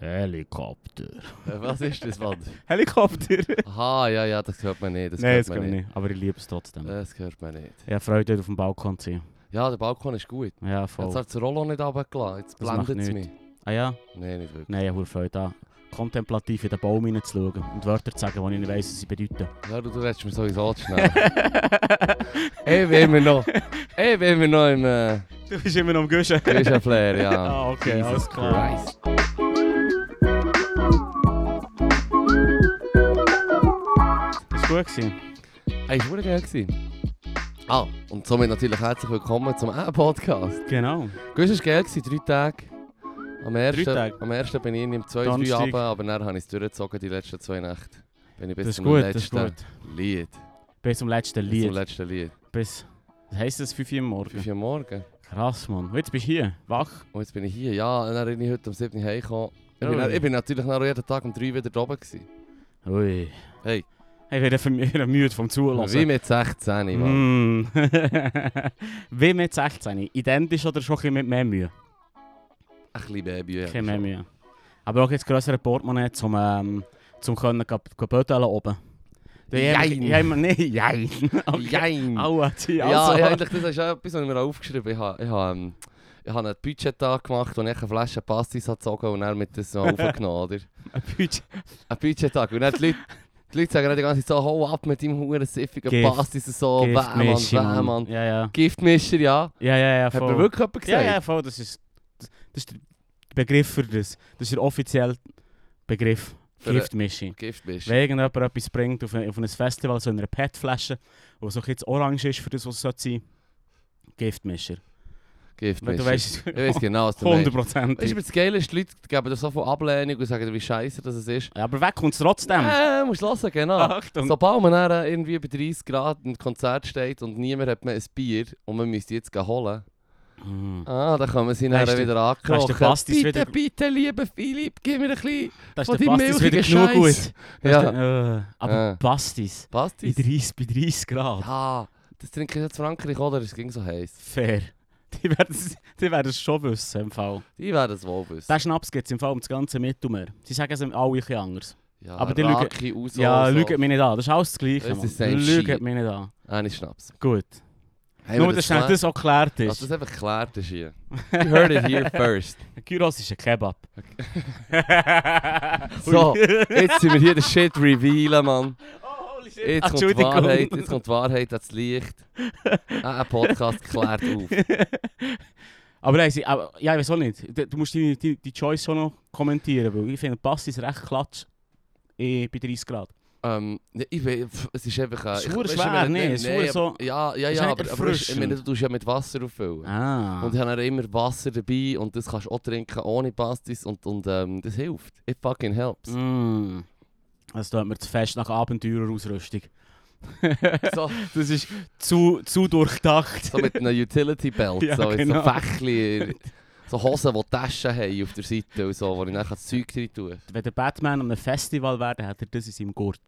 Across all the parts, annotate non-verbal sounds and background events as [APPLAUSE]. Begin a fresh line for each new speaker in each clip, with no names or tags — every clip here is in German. Helikopter.
Äh, Was ist das, Mann?
[LAUGHS] Helikopter?
Aha, ja, ja, das hört man nicht. Das
Nein,
hört
das
man
kann
nicht. Äh,
nicht. Aber ich liebe es trotzdem.
Das hört man nicht.
Ich habe Freude, dort auf dem Balkon zu sein.
Ja, der Balkon ist gut.
Ja,
Jetzt
voll.
hat das Rollo nicht runtergelassen. Jetzt
Das macht
blendet es mich.
nichts. Ah ja?
Nein, nicht wirklich.
Nein, ich habe Freude, da kontemplativ in den Baum hineinzuschauen und Wörter zu sagen, die ich nicht weiss, was sie bedeuten.
Ja, du, du redest mir sowieso
[LAUGHS]
zu schnell. Ey, wenn wir noch... Ey, wenn wir noch im... Äh,
Du bist immer noch am Guschen.
Christian Flair,
[LAUGHS]
ja.
Ah, okay,
Jesus
alles klar.
Christ.
Das war gut. Gewesen.
Ey, ist wirklich geil gewesen. Ah, und somit natürlich herzlich willkommen zum A-Podcast.
Genau.
Gut, es war geil, gewesen, drei Tage. Am ersten,
Tage?
Am ersten bin ich in einem zwei, drei
Donnerstag.
Abend, aber dann habe ich es durchgezogen, die letzten zwei Nächte. Bin ich bis
Das ist
zum
gut, das ist
letzten
gut.
Lied.
Bis zum letzten
Bis zum
Lied.
letzten Lied.
Bis, was heisst das, 5 Uhr am Morgen?
Fünf Uhr morgen.
Krass, Mann. Und Jetzt bist du hier, wach.
Und jetzt bin ich hier. Ja, und dann bin ich heute um 7 Uhr heimgekommen. Ich, bin
Ui.
dann- ich bin natürlich nach jeden Tag um 3 Uhr wieder da oben. Gewesen.
Ui.
Hey,
Ich werde von mir müde vom
wie
Zuhören.
mit 16, Mann.
[LAUGHS] Mm. Wie mit 16. Identisch oder schon ein bisschen mit mehr Mühe?
Ein bisschen Baby. ja.
Ein bisschen mehr Mühe. Aber auch jetzt grössere Portemonnaie, zum, ähm, zum können gab- gab bödeln oben.
Jein.
Ja, immer [LAUGHS] nicht.
[LAUGHS]
Jein. Okay.
Jein.
Aua, die,
Ja,
also.
ja, eigentlich, das ist auch etwas, was ich mir auch aufgeschrieben habe. Ich habe, ich habe, ähm, ich habe einen Budgettag gemacht, wo ich eine Flasche Pastis habe gezogen und dann mit das so
[LAUGHS]
aufgenommen, oder?
Ein Budget.
Ein Budgettag. Und dann die Leute, die Leute sagen dann die ganze Zeit so, hau ab mit deinem huren siffigen
Gift-
Pastis und so, weh, Mann,
Giftmischi,
weh,
Mann.
Mann.
Ja, ja.
Giftmischer, ja.
Ja, ja, ja,
Hat
voll.
mir wirklich jemand gesagt?
Ja, ja, dus voll, das ist, das, das ist der Begriff für das. Das ist der offizielle Begriff.
Für-
Giftmischung.
Giftmischer.
Wenn irgendjemand etwas bringt auf ein, auf ein Festival, so in einer PET-Flasche, wo so jetzt orange ist für das, was es sein sollte, Giftmischer. Wenn du
Giftmischer.
weißt,
ich weiß genau,
[LAUGHS]
was du meinst.
100
Weißt du, aber das Geile ist, die Leute geben dir so viel Ablehnung und sagen, dir, wie scheiße das ist.
Ja, aber weg kommt es trotzdem. Ah,
Äh, musst du hören, genau.
Achtung.
Sobald man dann äh, irgendwie bei 30 Grad ein Konzert steht und niemand hat mehr ein Bier und man müsste jetzt gehen holen.
Mhm.
Ah, dann kommen sie
Hast
nachher
du-
wieder
hast du
angekrochen.
den Pastis
bitte,
wieder-
bitte, lieber Philipp, gib mir ein bisschen
Das
von
ist der
deinem
Pastis wieder
milchigen
genug
Scheiß.
gut. Das ist
Ja.
der- äh, aber
Äh.
Pastis, bei
Pastis?
30, bei 30 Grad.
Ja, das trinke ich jetzt Frankreich, oder? Es ging so heiß.
Fair. Die werden es die werden es schon wissen im Fall.
Die werden es wohl wissen.
Der Schnaps gibt es im Fall um das ganze Mittelmeer. Sie sagen es alle ein bisschen anders.
Ja,
aber die
Raki raus,
ja,
so.
lügt mich nicht an. Das ist alles das Gleiche.
Es
Mann.
ist ein Shit.
Lügt mich nicht an.
Ah, nicht Schnaps.
Gut.
Haben
Nur,
wir
dass
geklärt?
schnell das halt auch geklärt
Dass
ist.
das einfach geklärt ist
[LAUGHS]
hier. You heard it here first.
Ein Gyros ist ein Kebab.
So, jetzt sind wir hier den Shit
[LAUGHS]
revealen, Mann.
Oh, holy shit.
Jetzt kommt, die
Entschuldigung.
Wahrheit, jetzt kommt die Wahrheit ans Licht. Ah, ein
[LAUGHS]
Podcast klärt auf.
aber nein, sie, aber, ja, ich weiß auch nicht. Du, du musst deine, deine, die Choice schon noch kommentieren, weil ich finde, Pass ist recht klatsch eh, bei 30 Grad.
Ähm, nee, ich we- pff, es ist einfach... äh,
Es ist
ich-
verdammt
weisst du,
schwer,
ich meine,
nee,
nee,
es ist
nee,
verdammt
aber- Ja, ja,
ist
ja,
ja nicht
aber, aber ich ich meine, du
erfrischend.
tust ja mit Wasser auffüllen.
Ah.
Und ich habe dann immer Wasser dabei und das kannst du auch trinken ohne Pastis und, und ähm, das hilft. It fucking helps.
Mm. Das tut mir zu fest nach Abenteurerausrüstung.
So,
[LAUGHS] Das ist zu, zu durchdacht.
so mit einem Utility
[LAUGHS]
Belt,
Ja,
so, mit
genau.
so Fächli, so Hosen, die Taschen haben auf der Seite und so, wo ich dann das Zeug rein tue.
Wenn der Batman an einem Festival wäre, dann hätte er das in seinem Gurt.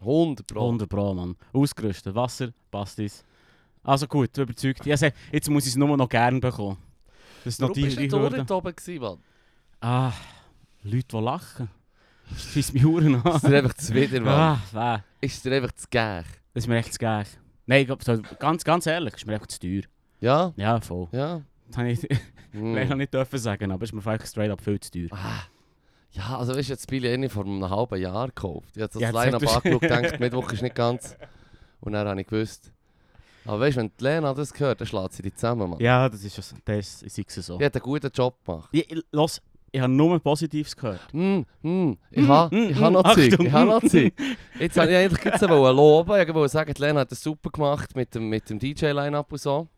100 Pro.
100 Pro, Mann. Ausgerüstet, Wasser, Pastis. Also gut, du überzeugt. Ich sag, jetzt muss ich es nur noch gern bekommen. Das ist noch
Warum
die,
bist
die
du dort
Hürde.
nicht oben gewesen, Mann?
Ah, Leute, die lachen. Schießt mich Huren
Ist dir
an.
einfach zuwider, Mann?
ah, weh.
Ist dir einfach zu gäh?
Das ist mir echt zu geil. Nein, ich glaub, so, ganz, ganz ehrlich, ist mir echt zu teuer.
Ja?
Ja, voll.
Ja?
Das habe [LAUGHS] ich
Hm.
leider nicht dürfen sagen, aber ist mir einfach straight up viel zu teuer.
Ah. Ja, also weißt du, jetzt Billy Annie vor einem halben Jahr gekauft. Ich habe das
Ja, jetzt
Line-Up
hättest- [LAUGHS]
angeschaut, gedacht, Mittwoch ist nicht ganz. Und dann habe ich gewusst. Aber weißt du, wenn die Lena das hört, dann schlägt sie dich zusammen, Mann.
Ja, das ist so. Das ist so.
Die hat einen guten Job gemacht.
Ich, ich, los, ich habe nur Positives gehört.
Hm, hm, ich
Hm,
habe
hm,
ich ha
hm,
noch Zeug,
Achtung,
ich habe noch
hm.
Zeug. Jetzt wollte ich eigentlich gerade so wollen loben, ich wollte sagen, die Lena hat das super gemacht mit dem, mit dem DJ-Line-Up und so.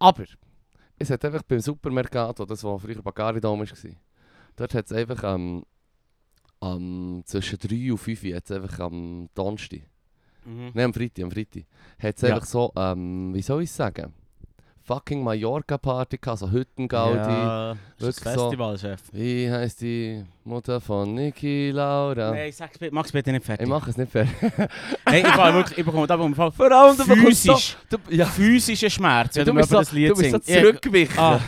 Aber, es hat einfach beim Supermercato, das war früher Bagaridom war, dort hat es einfach ähm, ähm, zwischen 3 und 5 Uhr, hat's einfach am Donnerstag, nein am Freitag, am Freitag, hat es
Ja.
einfach so, ähm, wie soll ich sagen, fucking Mallorca-Party gehabt, so Hüttengaudi.
Ja, das ist
wirklich
das
so.
Festival, Chef.
Wie heißt die Mutter von Niki Laura?
Nein, sag's bitte, mach's bitte nicht
Ich
fertig.
mache es nicht fertig.
Hey, ich, kann wirklich, ich bekomme da beim Fall
[LAUGHS] Vor allem,
physisch,
Du, ja,
physischen Schmerz, wenn
du
du mir
bist so,
das Lied
du bist so
singst. Ich-
zurückgewichen.
Ah,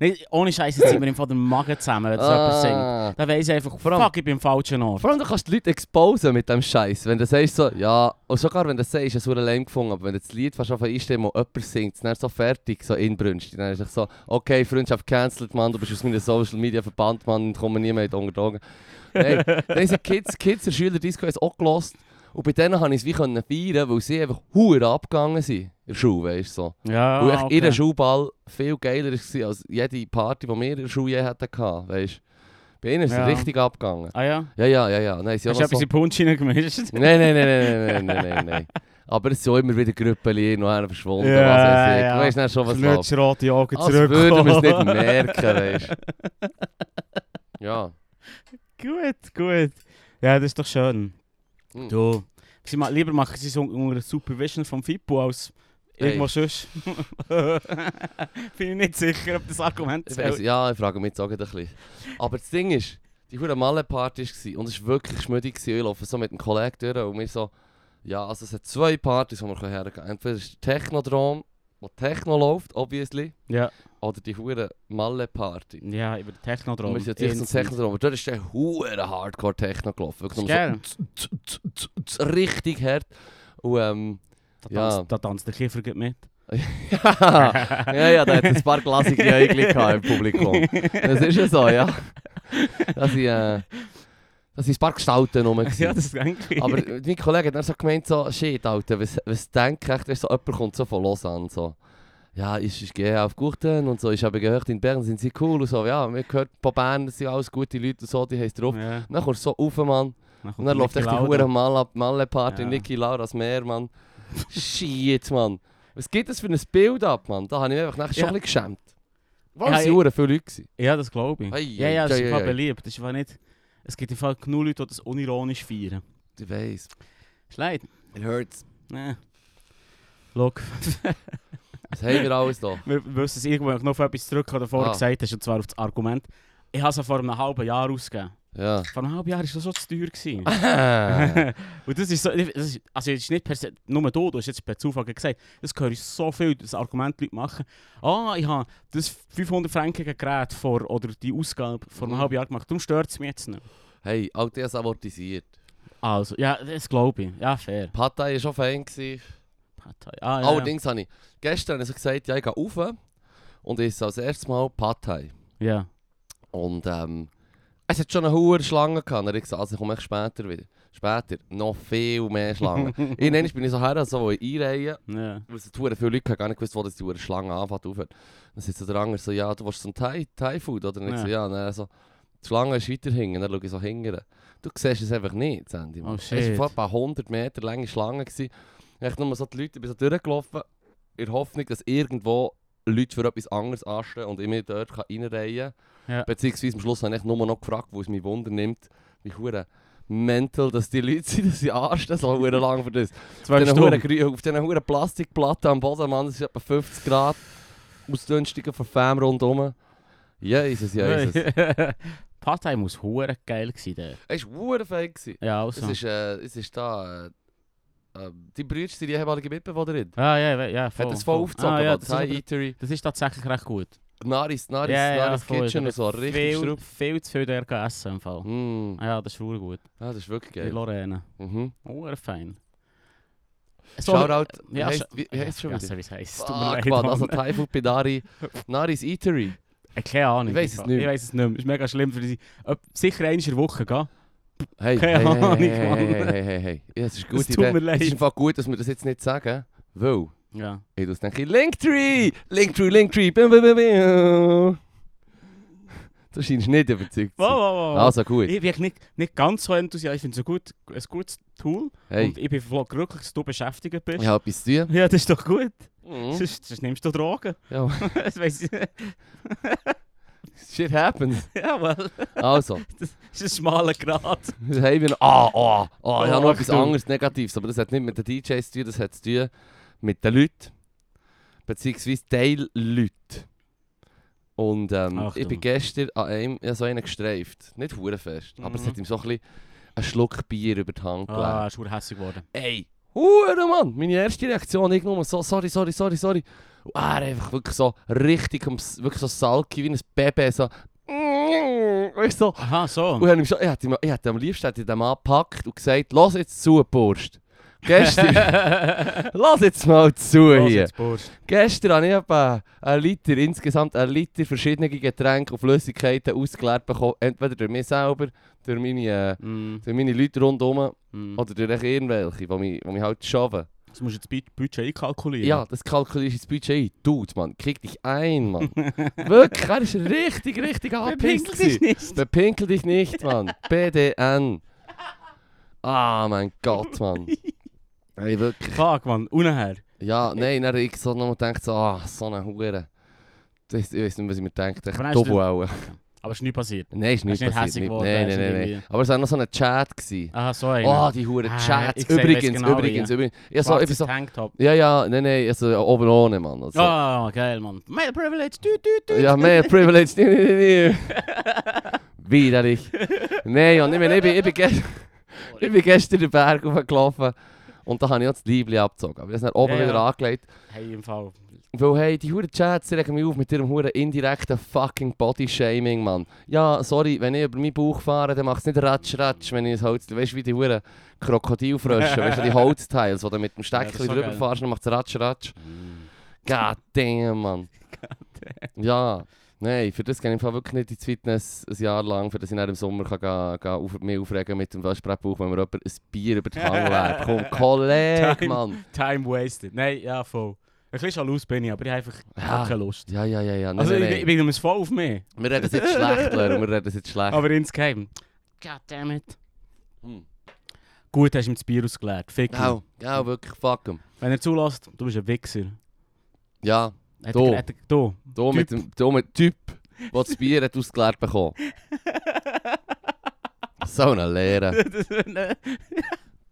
Nein, ohne Scheiße ziehen wir im Fall den Magen zusammen, wenn das jemand singt.
Ah.
Dann weiss ich einfach,
Vor allem-
fuck, ich bin im falschen Ort.
Vor allem, du kannst die Leute exposen mit dem Scheiß. Wenn du sagst so, ja, und sogar wenn du sagst, es wurde lame gefunden, aber wenn du das Lied fast auf einstimmen und jemand singt, es dann so fertig, so inbrünstig, dann ist es so, okay, Freundschaft cancelled, Mann, du bist aus meinen Social Media verbannt, Mann, ich komme nie mehr in die Unterdrungen. Nein, dann sind Kids, Kids, der Schüler Disco haben es auch gelost. Und bei denen konnte ich es wie können feiern, weil sie einfach hure abgegangen sind in der Schule, weißt du. So.
Ja,
Weil echt
Ah, okay.
jeder Schulball viel geiler war als jede Party, die wir in der Schule je hatten, weißt du. Bei ihnen ist es
Ja.
richtig abgegangen.
Ah ja? Dus
Ja, ja, ja, ja. Nein, sie
Hast du
haben so...
etwas in Punsch hineingemischt?
Nein, nein, nein, nein, nein, nein, nein,
[LAUGHS]
nein, nein. Aber es sind auch immer wieder Gruppen hin und her verschwunden,
Ja,
was weiß ich.
ja.
Du weißt dann schon, was läuft.
rote Augen
Als würden wir
[LAUGHS]
es nicht merken, weißt du. Ja.
Gut, gut. Ja, das ist doch schön.
Hm.
Du. Sie ma lieber machen sie so unter der Supervision vom Fippo als
Hey.
irgendwas [LAUGHS] sonst. Bin ich nicht sicher, ob das Argument
Ich weiss,
zählt.
ja, ich frage mich jetzt auch gerade ein bisschen. Aber das Ding ist, die hure Malle-Party war und es war wirklich schmüdig. gewesen. Ich laufe so mit einem Kollegen durch und wir so, ja, also es hat zwei Partys, die wir hergehen können. Entweder ist Technodrom, wo Techno läuft, obviously,
Ja.
oder die hure Malle-Party.
Ja, über den
Und
Technodrom.
wir sind jetzt zum Technodrom. Und dort ist der hure Hardcore Techno gelaufen. Wirklich nur
Geil.
so tz, tz, tz, tz, richtig hart. Und
[LAUGHS]
ähm, [LAUGHS]
Da,
Ja. Ah.
tanzt, da tanzt der Kiefer gleich mit. [LAUGHS]
ja, ja, da hat ein paar glasige Äugli im Publikum. Das ist ja so, ja. Das sind, äh, das sind ein paar Gestalten rum.
ja,
gewesen.
das denke ich.
Aber mein Kollege hat dann so gemeint, so, shit, Alter, was, was denkt echt, weißt du, so, jemand kommt so von Lausanne, so. Ja, ich, ich gehe auf Gurten und so, ich habe gehört, in Bern sind sie cool und so. Ja, wir gehört, ein paar Bern sind alles gute Leute und so, die haben es drauf.
ja,
Dann kommst du so rauf, Mann.
dann
Und dann läuft echt die hure Malle- Malle-Party
Ja.
in Niki Lauras Meer, Mann. Shit, Mann. Was gibt das für ein Bild ab, Mann? Da habe ich mich einfach nachher schon
Ja.
ein bisschen geschämt.
Ja,
Weil es
ich-
waren viele Leute. gewesen.
Ja, das glaube ich.
Ei,
ja,
ei,
ja, das ist
ei,
einfach
ei, ei.
beliebt. Das ist einfach nicht... Es gibt im Fall genug Leute, die das unironisch feiern.
Ich weiss.
Ist leid.
It hurts.
Nee. Look,
Was haben wir alles da?
wir wissen es irgendwo noch auf etwas zurück, was du vorher
Ah.
gesagt hast, und zwar auf das Argument. Ich habe es vor einem halben Jahr ausgegeben.
Ja.
Vor einem halben Jahr war das so zu teuer. Gewesen.
Äh,
und das ist so, das ist, also es ist nicht per se, nur du, du hast jetzt per Zufall gesagt, das höre ich so viel, das Argument Leute machen. Ah, ich habe das 500 Franken Gerät vor, oder die Ausgabe vor einem
Mhm.
halben Jahr gemacht, darum stört es mich jetzt nicht.
[LAUGHS] hey, all das amortisiert.
Also, ja, das glaube ich. Ja, fair.
Partei war schon fein. gewesen.
Pad Thai. Ah, ja,
Allerdings habe ich gestern habe ich so gesagt, ja, ich gehe rauf und ich esse als erstes Mal Partei.
ja.
Und ähm, es hat schon eine hohe Schlange gehabt. Dann habe ich gesagt, also ich komme echt später wieder. Später noch viel mehr Schlangen. Irgendwann bin ich so her, so einreihen.
ja.
Weil es hure viele Leute hatten, gar nicht gewusst, wo das die hure Schlange anfängt aufhört. Dann sitzt so der andere so, ja, du willst zum Thai, Thai Food, oder? Und ich
Ja.
so, ja. Und dann so, die Schlange ist weiter hinten. Dann schaue ich so hinten. Du siehst es einfach nicht, Sandy. Mann.
Oh,
es war
shit.
vor ein paar hundert Meter lange Schlange. Gewesen. Ich nur so die Leute, ich bin so durchgelaufen, in der Hoffnung, dass irgendwo Leute für etwas anderes anstehen und ich mich dort kann reinreihen kann.
Ja.
Beziehungsweise am Schluss habe ich echt nur noch gefragt, wo es mich Wunder nimmt, wie hure mental, dass die Leute sind, dass sie anstehen, so hure lang für das. Auf
Zwei
diesen huren
Stunden.
Grü- auf diesen huren Plastikplatten am Boden, Mann, es ist etwa 50 Grad. Ausdünstigen von Fam rundherum. Jesus, Jesus. Es
[LAUGHS] Pad Thai muss hure geil gewesen dort.
war hure fake. gewesen.
Ja,
Es
also.
ist, äh, es ist da... Äh, äh, die Brüder, die ehemalige Mitbewohnerin.
Ah, ja, ja, ja, voll.
Hat das voll aufgezogen,
Ah, ja,
Mann.
das,
Thai
ist,
Eatery.
das ist tatsächlich recht gut.
Naris, Naris,
ja, ja,
Naris
voll.
Kitchen und
Ich
so.
hab
Richtig
viel,
Strupp.
viel zu viel dort gegessen im Fall.
Mm.
Ah, ja, das ist verdammt gut.
Ah, das ist wirklich
Die
geil.
Lorena.
Mhm.
Hure fein.
Shoutout. Wie
Ja,
heisst-
sch-
wie wie heisst es schon
Ja,
wieder?
wie es heisst. Tut mir
Fuck,
leid,
Mann. Also
Mann.
Thai Food
[LAUGHS]
bei Nari. Naris Eatery.
Äh, Keine Ahnung.
Ich weiss es
im Fall.
nicht.
Ich weiß es nicht mehr. Ist mega schlimm für sie. Ob- Sicher einmal in der Woche, gell?
Hey,
Keine
hey, hey,
Ahnung,
hey, hey,
Mann.
hey, hey, hey, hey. Ja, es ist eine
Es
gute
tut
Idee.
mir leid.
Es ist einfach gut, dass wir das jetzt nicht sagen, weil
Ja.
ich das denke, Linktree, Linktree, Linktree, bim, bim, bim, bim. Du scheinst nicht überzeugt zu
Wow,
sein.
wow, wow.
Also gut.
Ich bin echt nicht, nicht ganz so enthusiastisch. Ich finde es ein, gut, ein gutes Tool.
Hey,
Und ich bin voll glücklich, dass du beschäftigt bist.
ich habe etwas zu tun.
Ja, das ist doch gut.
Mhm.
Sonst, sonst nimmst du Drogen.
Ja,
[LAUGHS] das weiss ich.
shit happens.
Ja, well.
Also,
Das ist ein schmaler Grad.
[LAUGHS] was haben wir noch? Ah, ah, ah, ich
Oh,
habe noch etwas
Achtung.
anderes Negatives, aber das hat nicht mit den DJs zu tun, das hat zu tun mit den Leuten, beziehungsweise Teilleuten. Und ähm, ich
Achtung.
bin gestern an einem, ich habe so einen gestreift, nicht hurenfest, aber es
Mhm.
hat ihm so ein bisschen einen Schluck Bier über die Hand gelegt.
Ah, ist hure hässlich geworden.
Ey, Hure Mann, meine erste Reaktion, ich nur so, sorry, sorry, sorry, sorry. Und er einfach wirklich so richtig, am S- wirklich so salky wie ein Baby, so... Weißt du, so...
Aha, so.
Und dann, ich hätte ihm- ich hätte am liebsten hätte ich den Mann gepackt und gesagt, lass jetzt zu, Burst. Gestern,
[LAUGHS]
lass jetzt mal zu
Los
hier.
jetzt, Bursch.
Gestern habe ich etwa einen Liter, insgesamt einen Liter verschiedene Getränke und Flüssigkeiten ausgeleert bekommen. Entweder durch mich selber, durch meine, äh,
Mm,
durch meine Leute rundherum
mm.
oder durch irgendwelche, die mich, die mich halt schaffen.
Das musst du jetzt Bud- Budget einkalkulieren.
Ja, das kalkulierst du ins Budget ein. Dude, Mann, krieg dich
[LAUGHS]
ein, Mann. Wirklich, er ist richtig, richtig
Ah,
angepisst.
Verpinkelt
gewesen.
ist nicht.
Bepinkel dich nicht, Mann. BDN. Ah, mein Gott, Mann. Ey, wirklich.
Fuck, Mann. Unher.
Ja, nein, dann hab ich so nochmal gedacht, so, ah, so eine Hure. Das, ich weiß nicht, was ich mir denke. Ich
Aber hast
doppel auch.
Aber es ist nichts passiert.
Nein, ist nicht
nicht
passiert.
hässig
nicht-
geworden,
Nein,
hast
nein,
du
nein,
irgendwie-
nein. Aber es war noch so ein Chat. Gewesen.
Aha, so ein.
Oh, die Huren
Ah,
Chats.
ich seh, weiss
Übrigens,
genau,
übrigens,
ja.
übrigens. Ja, so, ich bin
Schwarzes
so,
Tanktop.
ja, ja, nein, nein, also oben ohne, Mann. Also.
Ah, geil, Mann. Male Privilege. Du, du, du.
Ja, mehr Privilege. Nee, nee, nee,
[LAUGHS]
nee. Widerlich. Nein, Mann, ich, meine, ich, bin, ich, bin gest- ich bin gestern den Berg hochgelaufen und da habe ich auch das Liebling abgezogen. Aber ich habe es dann oben
Ja, ja.
wieder angelegt.
Hey, im Fall.
Weil, hey, die huren Chats die regen mich auf mit ihrem huren indirekten fucking Bodyshaming, Mann. Ja, sorry, wenn ich über meinen Bauch fahre, dann macht es nicht ratsch, ratsch, wenn ich ins Holz... Weißt du, wie die huren Krokodilfrösche, weißt du,
[LAUGHS]
die Holzteils, die du mit dem
Ja, das ist
Steckchen
so
drüber
geil. Mm.
fährst, dann macht es ratsch, ratsch. God damn,
[LAUGHS]
Mann. Ja, nein, für das gehe ich im Fall wirklich nicht ins Fitness ein Jahr lang, für das ich dann im Sommer kann, gehen, gehen, auf, mich aufregen mit dem Waschbrettbauch, wenn mir jemand ein Bier über
[LAUGHS]
die Hand leert. Komm, Kollege,
Time.
Mann.
Time wasted. Nein, ja, voll. Ein bisschen schalus bin ich, aber ich habe einfach
Ja.
keine Lust.
Ja, ja, ja, ja. Nein,
Also,
nein,
ich,
nein.
ich bin um es voll auf mich.
Wir reden jetzt
[LAUGHS]
schlecht, Leute, wir reden jetzt schlecht.
Aber insgeheim. God damn it.
Hm.
Gut, hast du ihm das Bier ausgeleert. Fick ihn.
Genau, genau, wirklich, fuck 'em.
Wenn er zulässt, du bist ein Wichser.
Ja,
Hat
Du.
Er, hat er,
[LAUGHS]
[LAUGHS] du.
da mit dem da mit dem Typ, der das Bier hat ausgeleert bekommen. So eine Lehre.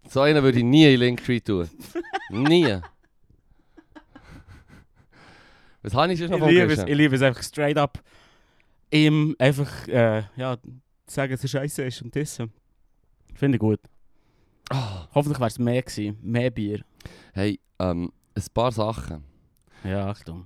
So einen würde ich nie in Linktree tun. Nie. Was habe ich sonst noch
ich,
von
liebe es,
gestern?
ich liebe es einfach straight up. Ihm einfach, äh, ja, sagen, dass er scheiße ist und dessen. Finde ich gut.
Ah,
Hoffentlich wäre es mehr gewesen. Mehr Bier.
Hey, ähm, ein paar Sachen.
Ja, Achtung.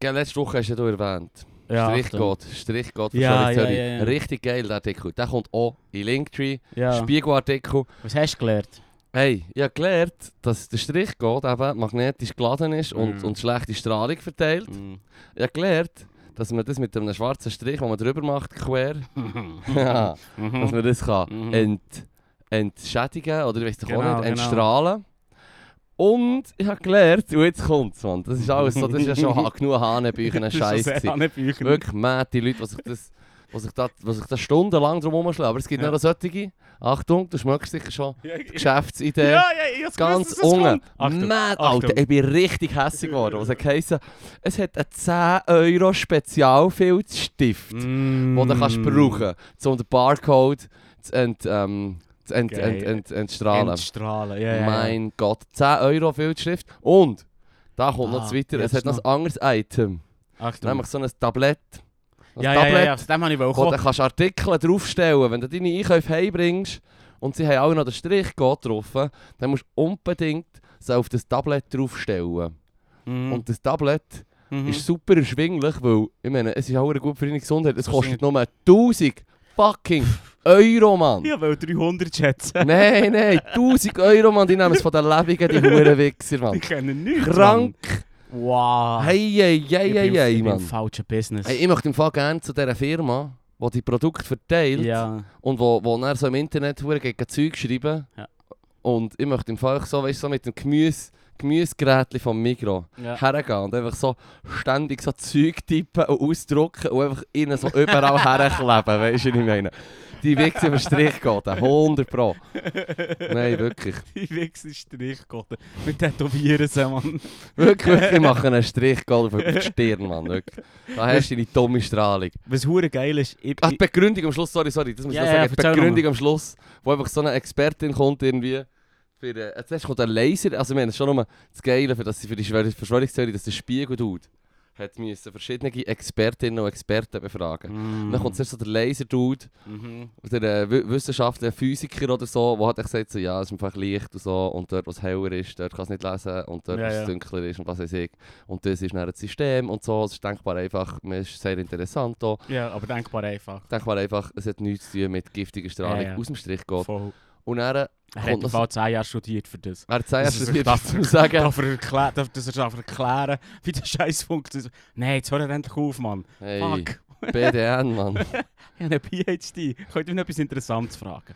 Gell, letzte Woche hast du ja du erwähnt.
Ja, Achtung.
Strichgott, Strichgott,
Ja,
sorry,
ja,
sorry.
ja, ja.
Richtig geil, der Artikel. Der kommt auch in Linktree.
Ja.
Spiegelartikel.
Was hast du gelernt?
Hey, ich habe gelernt, dass der Strichgott eben magnetisch geladen ist und,
Mhm.
und schlechte Strahlung verteilt.
Mm.
[LAUGHS] Ich habe gelernt, dass man das mit einem schwarzen Strich, den man drüber macht, quer, [LAUGHS] ja,
Mm.
dass man das kann
Mhm.
ent, oh, entschädigen oder ich weiß doch auch
Genau,
nicht,
genau.
entstrahlen. Und ich habe gelernt, und jetzt kommt's, Mann. Das ist alles so, das ist ja
[LAUGHS]
schon ha- genug Hanebücher, Scheiß.
Wirklich.
Wirklich mad, die Leute, die sich das, die sich da, die sich da stundenlang drum herumschlagen. Aber es gibt
Ja.
noch solche, Achtung, du schmeckst sicher schon
Ja,
die Geschäftsidee.
ja, ja, ich hab's
Ganz
gewusst, dass es
unten.
kommt. Achtung.
Mad,
Achtung.
Alter, ich bin richtig hässig geworden. Was hat geheißen, es hat einen 10 Euro Spezialfilzstift, den
Mm.
du kannst brauchen kannst, um den Barcode zu, ent, ähm, zu ent,
Geil. äh.
ent, ent, entstrahlen.
Entstrahlen, ja, ja. ja.
Mein Gott, 10 Euro Filzstift und da kommt noch
Ah,
das Weiter,
ja,
es
das
hat noch
noch.
ein anderes Item,
Achtung.
nämlich so ein Tablett. Ein
ja, ja,
Tablett,
ja, ja, zu dem habe ich
wo du
wollen.
kannst Artikel draufstellen wenn du deine Einkäufe heimbringst und sie haben alle noch den Strich drauf, dann musst du unbedingt sie auf das Tablet draufstellen.
Mhm.
Und das Tablet
Mhm.
ist super erschwinglich, weil, ich meine, es ist auch gut für deine Gesundheit, es
Das
kostet
ist-
nur 1000
[LAUGHS]
fucking Euro, Mann!
Ja, weil 300 schätzen. [LAUGHS]
Nein, nein, 1000 Euro, Mann, die nehmen es von den Lebenden, die Hurenwichser,
Die
Mann.
kennen nichts.
Krank!
Mann. Wow.
Hey, hey, hey,
Ich bin
hey,
auf- ich
hey,
bin im
Mann.
falschen Business.
Hey, ich möchte im Fall gerne zu dieser Firma, die die Produkte verteilt,
ja.
Und wo, wo dann so im Internet hure gegen Zeug schreiben.
Ja.
Und ich möchte im Fall einfach so, weißt, so mit dem Gemüse, Gemüsegerät vom Migro
ja.
[LAUGHS] hergehen und einfach so ständig so Zeug tippen und ausdrucken und einfach innen so
[LAUGHS]
überall herkleben, weißt du, was ich meine? Die Wichse über Strich geht, 100 Pro. Nein, wirklich.
Die Wichser Strichgotten. Wir tätowieren sie, Mann.
Wirklich, wirklich, ich mache einen Strich auf die Stirn, Mann. Wirklich. Da hast du deine dumme Strahlung.
Was hure geil ist, ich,
Ah, die
ich,
Begründung am Schluss, sorry, sorry, das muss ich
Ja,
noch
ja,
sagen.
erzähl
die Begründung am Schluss, wo einfach so eine Expertin kommt irgendwie. Für, äh, zuerst kommt ein Laser, also wir haben schon nur das Geile, für, dass sie für die Schwör- Verschwörungstheorie, dass der Spiegel tut. hat müssen verschiedene Expertinnen und Experten befragen.
Mm.
Dann kommt zuerst so der Laser-Dude,
Mhm.
der äh, Wi- Wissenschaftler, Physiker oder so, der hat dann gesagt, so, ja, es ist einfach Licht und so, und dort, was heller ist, dort kann es nicht lesen, und dort,
Ja,
was
ja.
dunkler ist, und was weiß ich. Und das ist dann ein System und so, es ist denkbar einfach, es ist sehr interessant hier.
Ja, aber denkbar einfach.
Denkbar einfach, es hat nichts zu tun mit giftiger Strahlung,
Ja, ja.
aus dem Strich geht.
Voll.
Und dann,
Er
Kommt
hat
noch-
im Fall 10 Jahre studiert für das.
er hat
Das ist
es
wirklich
[LAUGHS] zu sagen,
Darf er, erklä- darf, dass er darf erklären wie der Scheiß funktioniert. Nein, jetzt hör er endlich auf, Mann.
hey,
Fuck.
BDN, Mann.
Ich habe eine PhD. Könnt ihr mich noch etwas Interessantes fragen?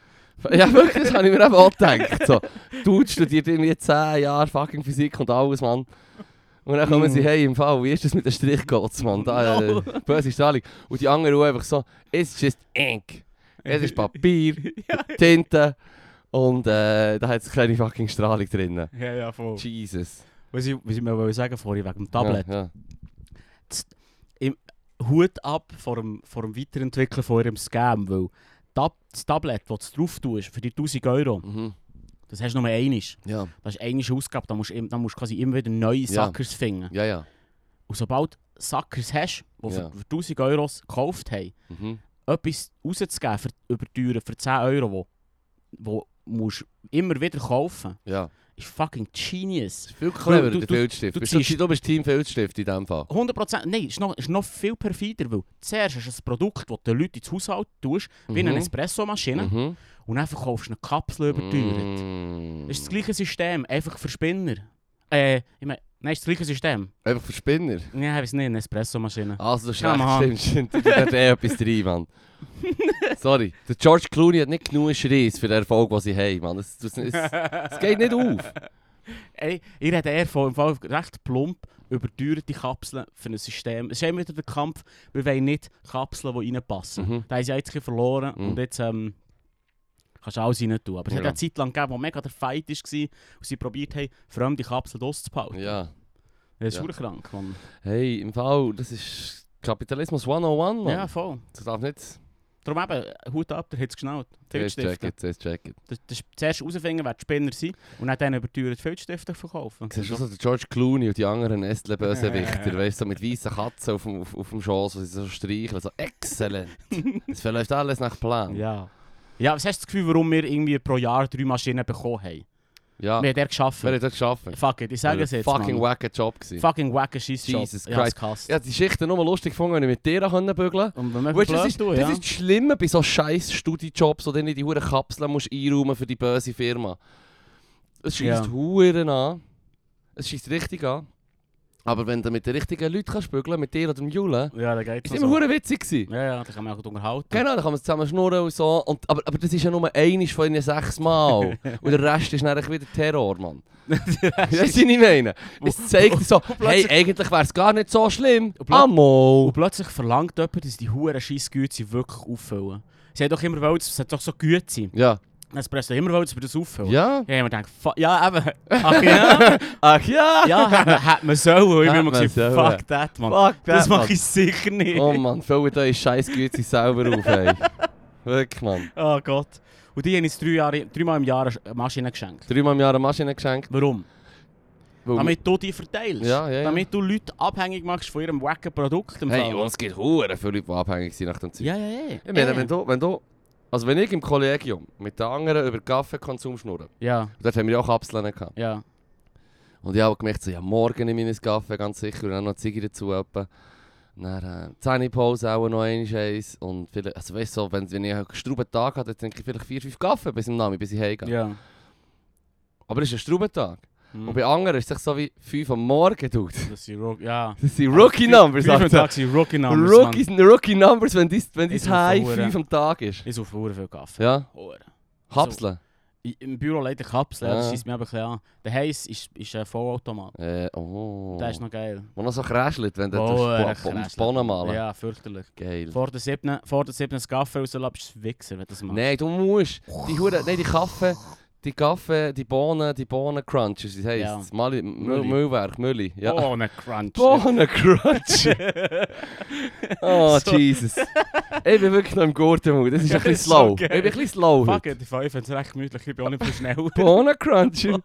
Ja, wirklich, das habe ich mir eben auch gedacht. So, Dude studiert irgendwie 10 Jahre fucking Physik und alles, Mann. Und dann kommen
Mhm.
sie, hey, im Fall, wie ist das mit den
[LAUGHS]
Strichcodes, Mann? Da, äh, böse Strahlung. Und die anderen auch einfach so, es ist just Ink. Es ist Papier,
[LAUGHS] ja,
Tinte und äh, da hat es keine fucking Strahlung drin.
ja, ja, voll.
Jesus.
Was ich, was ich mir wollte sagen vorhin wegen dem Oh. Tablet.
Ja, ja.
Hut ab vor dem, vor dem Weiterentwickeln von eurem Scam, weil Tab das Tablet, das du drauf tust, für die 1000 Euro,
Mhm.
das hast du nur einmal.
ja,
Das ist eine Ausgabe, da musst du im- da musst du quasi immer wieder neue
Ja.
Suckers finden.
ja, ja.
Und sobald du Suckers hast, die
Ja.
für, für 1000 Euro gekauft haben,
Mhm.
etwas rauszugeben, für, überteuern für 10 Euro, wo, wo musst du immer wieder kaufen,
ja.
ist fucking genius.
Das ist viel cleverer,
du-
der
du-
Filzstift.
du
Bist Du,
ziehst-
du bist Team Filzstift in dem Fall.
100%, nein, ist noch, ist noch viel perfider, weil zuerst hast du ein Produkt, das du den Leuten ins Haushalt tust, wie eine Espressomaschine,
Mhm.
und dann verkaufst du eine Kapsel Genau. überteuert.
Mhm.
Ist das gleiche System, einfach für Spinner. Äh, ich meine, nein, ist das gleiche System.
Einfach für Spinner.
Nein, ich weiß nicht, eine Espressomaschine.
Also, das ist
Come on.
recht, stimmt, stimmt. Da hat eh etwas
[LAUGHS]
drin, Mann. Sorry, der George Clooney hat nicht genug Schreis für den Erfolg, den sie haben, Mann. Es, es, es, es geht nicht
[LAUGHS]
auf.
Ey, ihr redet eher von im Fall recht plump überteuerte Kapseln für ein System. Es ist immer wieder der Kampf, wir wollen nicht Kapseln, die reinpassen.
Mhm.
Da haben sie jetzt ein bisschen verloren
Mhm.
und jetzt ähm, kannst du alles rein tun. Aber es hat
Ja.
eine Zeit lang gegeben, wo mega der Fight war und sie probiert haben, fremde Kapseln auszubauen.
Ja.
Das ist
Ja.
ja. krank, Mann.
Hey, im Fall, das ist Kapitalismus 101, Mann.
Ja, voll.
Das darf nicht.
Darum eben, Hut ab, der hat es geschnallt.
Zuerst
Filzstifte.
checken, zuerst checken.
Das, das ist zuerst herausfinden, wer die Spinner sind und dann denen überteuert Filzstifte verkaufen.
Siehst du, so der George Clooney und die anderen
[LAUGHS]
Nestle-Bösewichter, weißt du, so mit weißen Katzen auf dem, auf, auf dem Schoß, die sie so streicheln, so
[LAUGHS]
«Excellent!» Es verläuft alles nach Plan.
Ja. Ja, was hast du das Gefühl, warum wir irgendwie pro Jahr drei Maschinen bekommen haben?
ja.
Wir haben der geschafft.
Wer hat das geschafft?
Fuck it, ich sage es jetzt.
Fucking
Mann.
wacker Job gewesen.
Fucking wacker Scheißjob.
Jesus
Ich hab's
Christ.
gehasst.
Ich habe die Schichten nur lustig gefunden, wenn ich mit dir bügeln konnte.
Und wenn wir
Weißt du, das
blöd
ist,
tun,
das
ja.
ist das Schlimme bei so scheiß Studijobs, wo du nicht die hure Kapseln musst einräumen für die böse Firma. Es schießt
Ja.
Huren an. Es schießt richtig an. Aber wenn du mit den richtigen Leuten kannst bügeln, mit dir oder dem Jule,
ja, da geht's noch
ist immer
so.
hure witzig gewesen.
Ja, ja, da kann man auch gut unterhalten.
Genau, dann kann man zusammen schnurren und so. Und, aber, aber das ist ja nur eines von ihnen sechs
[LAUGHS]
Mal. und der Rest ist dann wieder Terror, Mann. [LAUGHS] Weißt du, was ich meine? Es zeigt so, hey,
plötzlich-
eigentlich wäre es gar nicht so schlimm.
Und plötzlich-
Amo!
Und plötzlich verlangt jemand, dass die Huren scheiß Güte wirklich auffüllen. Sie hat doch immer wollt, es hat doch so Güte sein.
Ja.
Es presst doch immer wollt, dass wir das auffüllen.
Ja?
Ja, man denkt, fuck, ja eben.
[LAUGHS]
Ach ja,
Ach ja! [LAUGHS]
ja, hätte man- hätte man sollen. Und Ich
Hätte
bin immer
man
gesagt,
Dus sollen.
fuck that, man.
Fuck
Das
Mann.
mache ich sicher nicht.
Oh Mann, füllt euch scheiß Güte selber auf,
[LAUGHS]
ey. Wirklich, Mann.
Oh Gott. Und die haben uns drei Jahre, dreimal im Jahr eine Maschine geschenkt.
Dreimal im Jahr eine Maschine geschenkt.
Warum?
weil-
Damit du die verteilst.
Ja, ja, ja.
Damit du Leute abhängig machst von ihrem wacken Produkt. im
hey,
Fall.
und es gibt Huren viele Leute, die abhängig sind nach dem Zeug.
Ja, ja, ja.
Ich meine, wenn du, wenn du... Also wenn ich im Kollegium mit den anderen über Kaffeekonsum schnurre,
Ja,
dort haben wir ja auch Kapseln gehabt.
ja.
Und ich habe gemerkt, so, ja, morgen nehme ich meinen Kaffee, ganz sicher, und dann noch Ziege dazu. Etwa. Dann äh, 10 Pause auch noch eins, eins. Und vielleicht, also weißt du, so, wenn, wenn ich einen gestrubenen Tag habe, dann trinke ich vielleicht 4, 5 Kaffee bis am Nachmittag, bis ich heimgehe.
ja.
Aber es ist ein Strubentag.
Hm.
Und bei anderen ist es so wie 5 am Morgen, Dude.
Das sind Rook ja.
[LAUGHS] Das sind Rookie Numbers,
Wie viel
Alter.
Tag sind Rookie Numbers, Rookie.
Rookies, Rookie Numbers, wenn dein wenn
Ist
dies
mir
High
verloren.
5 am Tag ist.
Ich suche verdammt viel Kaffee.
Ja,
Hure.
Kapseln.
I- Im Büro leider Kapseln,
Ja.
das schießt mir aber ein bisschen an. Der Heiss ist, ist ein Vollautomat.
Äh, oh.
Der ist noch geil.
Wo noch so kräschelt, wenn du
Hure
das Bo- Bo-
kräschelt.
die Bohnen malen.
Ja, fürchterlich.
Geil.
Vor der siebten, vor der siebten das Kaffee rauslässt, bist du ein Wichser, wenn du das machst.
Nein, du musst. Die Hure, nein, die Kaffee, die Kaffee, die Bohnen, die Bohnencrunches, wie
Ja.
heisst es? Mali- M-
Mülli.
Müllwerk, Mülli. Ja. [LAUGHS]
Oh, ein Crunch. [LAUGHS]
Bohnencrunch! Oh,
So.
Jesus. Ich bin wirklich noch im Gurtenmut. Das ist
Ja, [LAUGHS]
ein bisschen
das ist so
slow. Ich
geil.
bin ein bisschen slow.
Fuck,
heute.
die 5 hat es recht gemütlich, ich bin auch nicht so schnell. [LAUGHS]
Bohnencruncher.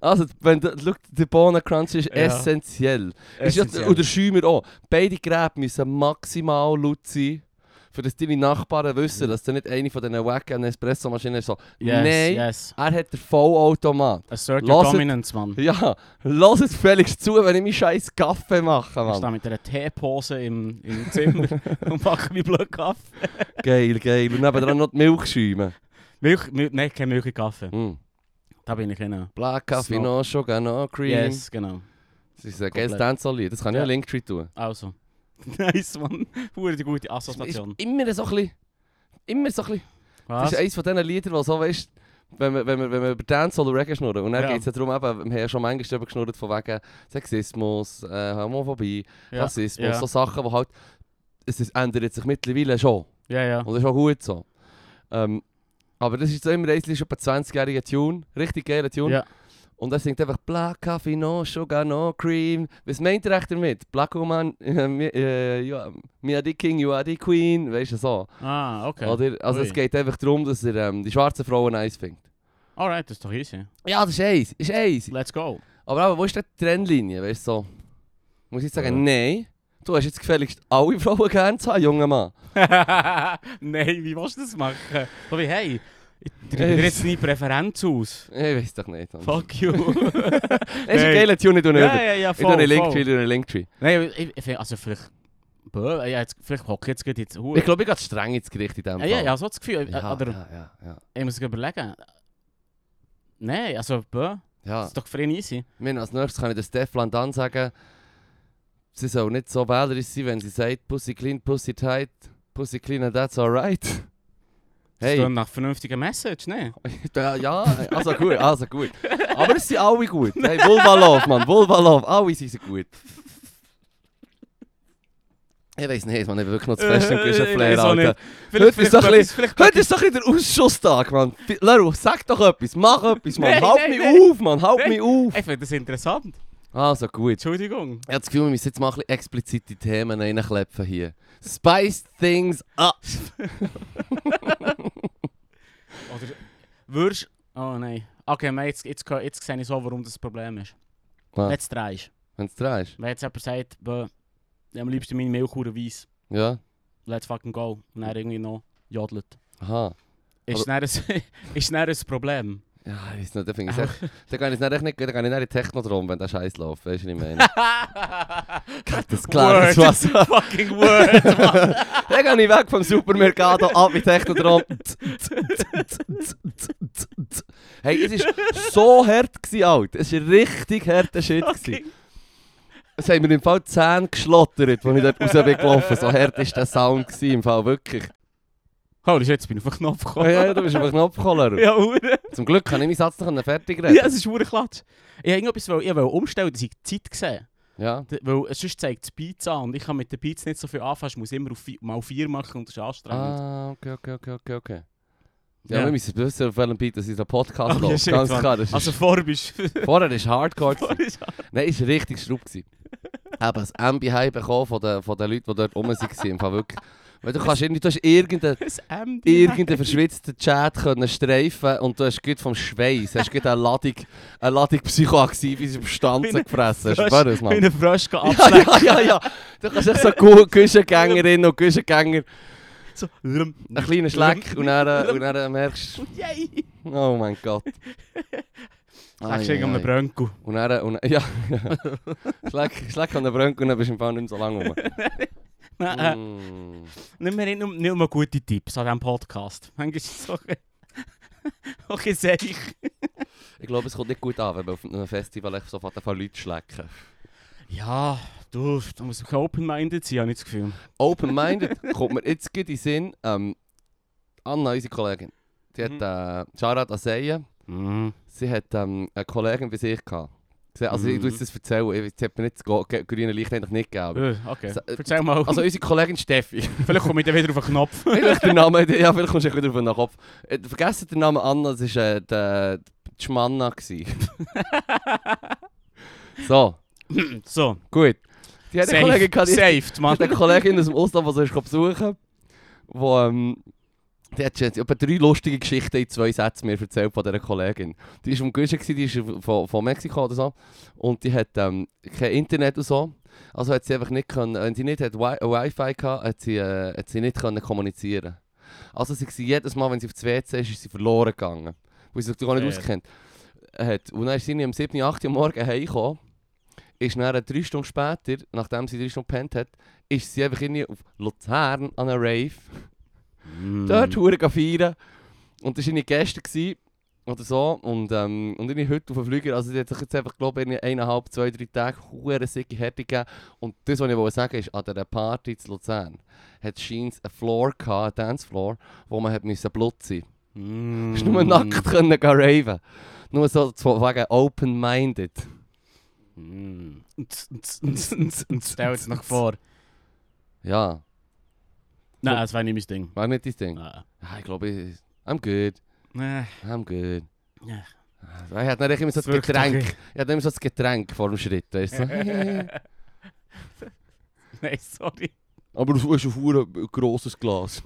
Also, wenn du, schau, der Bohnencruncher ist
Ja.
essentiell. Ist ja,
Essentiell.
und der Schäumer auch. Beide Geräte müssen maximal laut sein, für dass deine Nachbarn wissen, dass du nicht eine von diesen wacken Espresso-Maschinen ist. So,
Yes,
nein,
yes.
er hat den Vollautomat.
Assert your
Lasst-
dominance, Mann.
Ja, lass es Felix zu, wenn ich meinen scheiß Kaffee mache,
Ich
Mann.
stehe mit einer Teepose im, im Zimmer [LAUGHS] und mache meinen blöden Kaffee.
Geil, geil. Und nebenan noch die Milch schäumen.
Milch, Milch, nein, kein Milch in Kaffee.
Mm.
Da bin ich in
Black Coffee,
Snob.
no sugar, no cream.
Yes, genau.
Das ist ein geiles
Komplett.
Dancehall-Lied. Das kann ich
Ja.
ja. Linktree tun.
Also. [LAUGHS] Nice, Mann. Hure die gute Assoziation.
Ist immer so ein bisschen... Immer so ein bisschen... Das
Was?
ist eines von diesen Liedern, die so, weißt wenn wir, wenn, wir, wenn wir über Dancehall und Reggae schnurren, und dann
Ja.
geht es ja darum, eben, wir haben ja schon manchmal darüber geschnurrt, von wegen Sexismus, äh, Homophobie,
Ja.
Rassismus,
Ja.
so Sachen, die halt, es ist, ändert sich mittlerweile schon.
Ja, ja.
Und das Also, ist auch gut so. Ähm, aber das ist so immer ein etwa 20-jähriger Tune, richtig geiler Tune.
Ja.
Und er singt einfach Black Coffee, no sugar, no cream. Was meint er echt damit? Black Woman, [LAUGHS] äh, mi- äh, you are- me are the king, you are the queen, weißt du so.
Ah, okay.
Oder? Also es
Ui.
geht einfach darum, dass er ähm, die schwarzen Frauen nice findet.
Alright, das ist doch easy.
Ja, das ist easy, ist easy.
Let's go.
Aber, aber wo ist denn die Trennlinie, weißt du so? Muss ich sagen,
Ja.
nein, du hast jetzt gefälligst alle Frauen gern zu haben, junger Mann.
[LAUGHS] Nein, wie willst du das machen? So wie, hey, ich drücke dir jetzt deine Präferenz aus.
Ich weiß doch nicht. Mann. [LAUGHS]
Fuck [LAUGHS] you.
Das ist ein
Nein.
geiler Tune, ich tue ihn
ja,
über.
ja, ja,
Ich tue
voll,
einen Linktree,
voll.
ich tue einen Linktree.
Nein, ich, ich find- also vielleicht... Bö, ja, jetzt, vielleicht hocke ich jetzt gerade jetzt... Hure.
Ich glaube, ich gehe zu streng ins Gericht in diesem
ja,
Fall.
ja, ja, so das Gefühl. äh,
ja,
oder,
ja, ja, ja.
ich muss überlegen. Nein, also, bö,
Ah.
das
ja.
ist doch frei easy.
Ich meine, als nächstes kann ich das Teflon dann sagen, sie soll nicht so wählerisch sein, wenn sie sagt, Pussy clean, Pussy tight, Pussy clean and that's alright.
Das
Hey,
klingt nach vernünftiger Message, ne?
[LAUGHS] ja, ja, also gut, also gut. Aber es sind alle gut. Hey, Vulva Love, Mann, Vulva Love, alle sind
[LAUGHS]
sie gut. Ich weiß nicht, man, ich bin wirklich noch
[LAUGHS]
zu fest im Güschenflair, Alter.
Vielleicht,
Heute ist
vielleicht,
doch ein
vielleicht, vielleicht,
Heute ist doch wieder Ausschusstag, Mann. Leru, sag doch etwas, mach etwas, Mann.
Nein,
halt
nein,
mich
nein.
auf, Mann, halt
Nein.
mich auf.
Ich finde das interessant.
Also gut.
Entschuldigung.
Ich habe das Gefühl, wir müssen jetzt mal ein bisschen explizite Themen reinklepfen hier. Spice things up!
Oder würdest... Oh nein. Okay, man, jetzt, jetzt, geh- jetzt sehe ich so, warum das ein Problem ist.
Ah.
Wenn du drehst.
Wenn es dran ist.
Wenn jetzt jemand sagt, bö, am liebsten meine Milchkuchen weiss.
Ja.
Let's fucking go. Und dann irgendwie noch jodelt.
Aha.
Ist dann [LAUGHS] ein, ist dann ein
[LAUGHS]
Problem?
Ja, ich weiß nicht, dann finde ich es echt... Dann kann ich es dann dus echt nicht... Dann kann ich nicht in Technodrom, wenn der Scheiß läuft. Weißt du, was
[LAUGHS]
ich meine? Das
Word.
klare Wasser.
[LAUGHS] Fucking word, [LAUGHS] Mann.
Dann gehe ich weg vom Supermercado, ab in Technodrom. Hey, es war so hart, gewesen, Alter. Es war richtig harter Shit. gewesen. Es haben mir im Fall die Zähne geschlottert, als ich dort raus bin gelaufen. So hart war der Sound gewesen, im Fall, wirklich.
Holy shit, jetzt bin ich auf den Knopf
Ja,
gekommen.
ja, du bist einfach Knopfkoller.
Ja, hure.
Zum Glück kann ich meinen Satz noch fertig reden.
Ja, es ist hure klatsch. Ich wollte irgendetwas wollte- ich wollte umstellen, dass ich die Zeit sehe.
Ja.
D- Weil sonst zeigt es Beats an und ich kann mit den Beats nicht so viel anfangen. Ich muss immer auf vi- mal vier machen und das ist anstrengend.
Ah, okay, okay, okay, okay, okay. Ja,
Ja.
wir müssen wissen, auf welchem Beat das ist ein Podcast
Oh, ja,
läuft.
shit,
Ganz
Mann.
klar. Das ist,
Also vorher
[LAUGHS]
bist
vorher war
[LAUGHS]
Hardcore. gewesen.
vorher ist-
Nein, es war richtig schraub. gewesen. Eben, das MB-Hype bekommen von den, von den Leuten, die dort rum waren. Im Fall wirklich. Weil du kannst irgendwie, du hast irgendeinen
ein MD.
irgendeinen verschwitzten Chat können streifen und du hast gut vom Schweiß, hast gut eine Ladung, eine Ladung psychoaktives Substanzen
Bin-
gefressen.
Frisch-
Schwör es,
Wie
Mann.
eine Fröschke
[LAUGHS] Ja,
abschlägt.
ja, ja, ja. Du kannst echt so Gu- Küchengängerinnen und Küchengänger
So, lüm,
einen kleinen Schleck und dann, und dann merkst du,
yay.
oh mein Gott. Ah,
Sagst du irgendeinem
Ai, ai, ai.
Brönko.
Und dann, und dann, [LAUGHS] ja. Schleck, Schleck an den Brönk und dann bist du im Fall nicht mehr so lange rum.
Nein, äh,
Mm.
Nicht mehr, nicht, nur- nicht mehr gute Tipps an diesem Podcast. Manchmal ist es so... [LAUGHS] Okay, sehe ich.
Ich glaube, es kommt nicht gut an, wenn man auf einem Festival echt so von Leuten schlecken.
Ja, du, da muss ich open-minded sein, habe ich das Gefühl.
Open-minded kommt mir jetzt gut in den Sinn. Ähm, Anna, unsere Kollegin, die
Mhm.
hat äh, Charad Aseya, sie hat ähm, eine Kollegin bei sich gehabt. Sie, also ich
Mhm.
muss das erzählen, ich, weiß- sie hat mir nicht das go- ge- grüne Licht eigentlich nicht gegeben. aber-
Äh, Okay,
So, äh,
erzähl mal.
Also unsere Kollegin Steffi,
Vielleicht komme ich dann wieder auf den
[LAUGHS]
Knopf.
vielleicht der Name, ja vielleicht kommst du wieder auf den Kopf. Äh, vergessen den Namen Anna, das ist äh, die, Deutsch Manna. gsi. so,
So,
gut. Die hat eine Kollegin, gehabt, die-
saved, Mann.
Ich hatte eine Kollegin aus dem Ausland, die sie ist besuchen wo ähm, die hat jetzt etwa drei lustige Geschichten in zwei Sätzen mir erzählt von dieser Kollegin. Die war am Guschen, gewesen, die ist von, von Mexiko oder so. Und die hat ähm, kein Internet und so. Also hat sie einfach nicht können, wenn sie nicht hat Wi Wi-Fi hatte, hat sie, äh, hat sie nicht können kommunizieren Also sie war jedes Mal, wenn sie auf das WC ist, ist sie verloren gegangen. Weil sie sich gar nicht
Ja.
auskennt. Hat. Und dann ist sie am 7., 8. Uhr morgen heimgekommen. Ist dann drei Stunden später, nachdem sie drei Stunden gepennt hat, ist sie einfach irgendwie auf Luzern an einer Rave.
Mm.
Dort hure gehen feiern. Und das war ihre Gäste gsi oder so. Und, ähm, und ihre heute auf dem Flüger, also die hat sich jetzt einfach, glaube ich, eineinhalb, zwei, drei Tage hure sicke Härte gegeben. Und das, was ich wollte sagen, ist, an dieser Party zu Luzern hat scheint einen Floor gehabt, einen Dancefloor, wo man hat müssen [LAUGHS] blutzen.
Mm.
Ist nur nackt können gehen raven. Nur so von wegen open-minded.
Mm. Stell es noch vor.
Ja,
Nein, das wäre nicht mein Ding.
war nicht dein Ding.
Ah.
Ah, ich glaube, ich- I'm good.
Äh,
I'm good.
Ja.
Ich hatte dann immer so
das
das
wirkt
Getränk.
doch-
Ich hatte immer so das Getränk vor dem Schritt,
[LAUGHS]
weißt du?
Nein, sorry.
Aber du hast ein hure
[LAUGHS]
grosses Glas.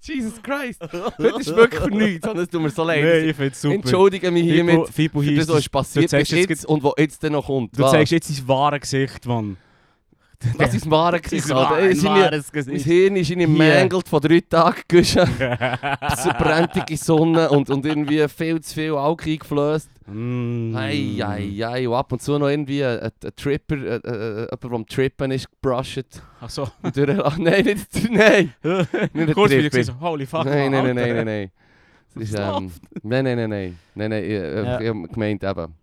Jesus Christ! Heute ist wirklich für nichts, sondern es tut mir so leid.
Nein, ich finde es super.
Entschuldige mich
Fibu-
hiermit
Fibu,
für
hier
das,
ist
was
das,
passiert
zeigst
ist
jetzt
jetzt und was jetzt dann noch kommt.
du
Was?
zeigst jetzt dein wahres Gesicht, Mann. [LAUGHS]
Das ist wahre Gesicht. Alter. Ey, sind wir- Mein [LAUGHS]
Gesicht.
Hirn ist in einem
Hier.
Mangled von drei Tagen
[LAUGHS]
gewaschen. So brennt die Sonne und, und irgendwie viel zu viel Alkohol eingeflößt.
Mm.
Ei, ei, ei. Und ab und zu noch irgendwie ein, ein, ein Tripper, äh, äh, jemand, der am Trippen ist, gebrusht.
Ach
[LAUGHS]
so.
Und durch- Ah, Nein, nicht, nein!
Kurz
Nicht
bin
der
ich
Tripper.
so, holy fuck.
Nein, nein,
Mann,
nein, nein,
Alter.
nein, nein. Das ist,
Was
ähm, nein, nein, nein, nein, nein, nein, ich, äh,
Ja.
ich hab gemeint eben.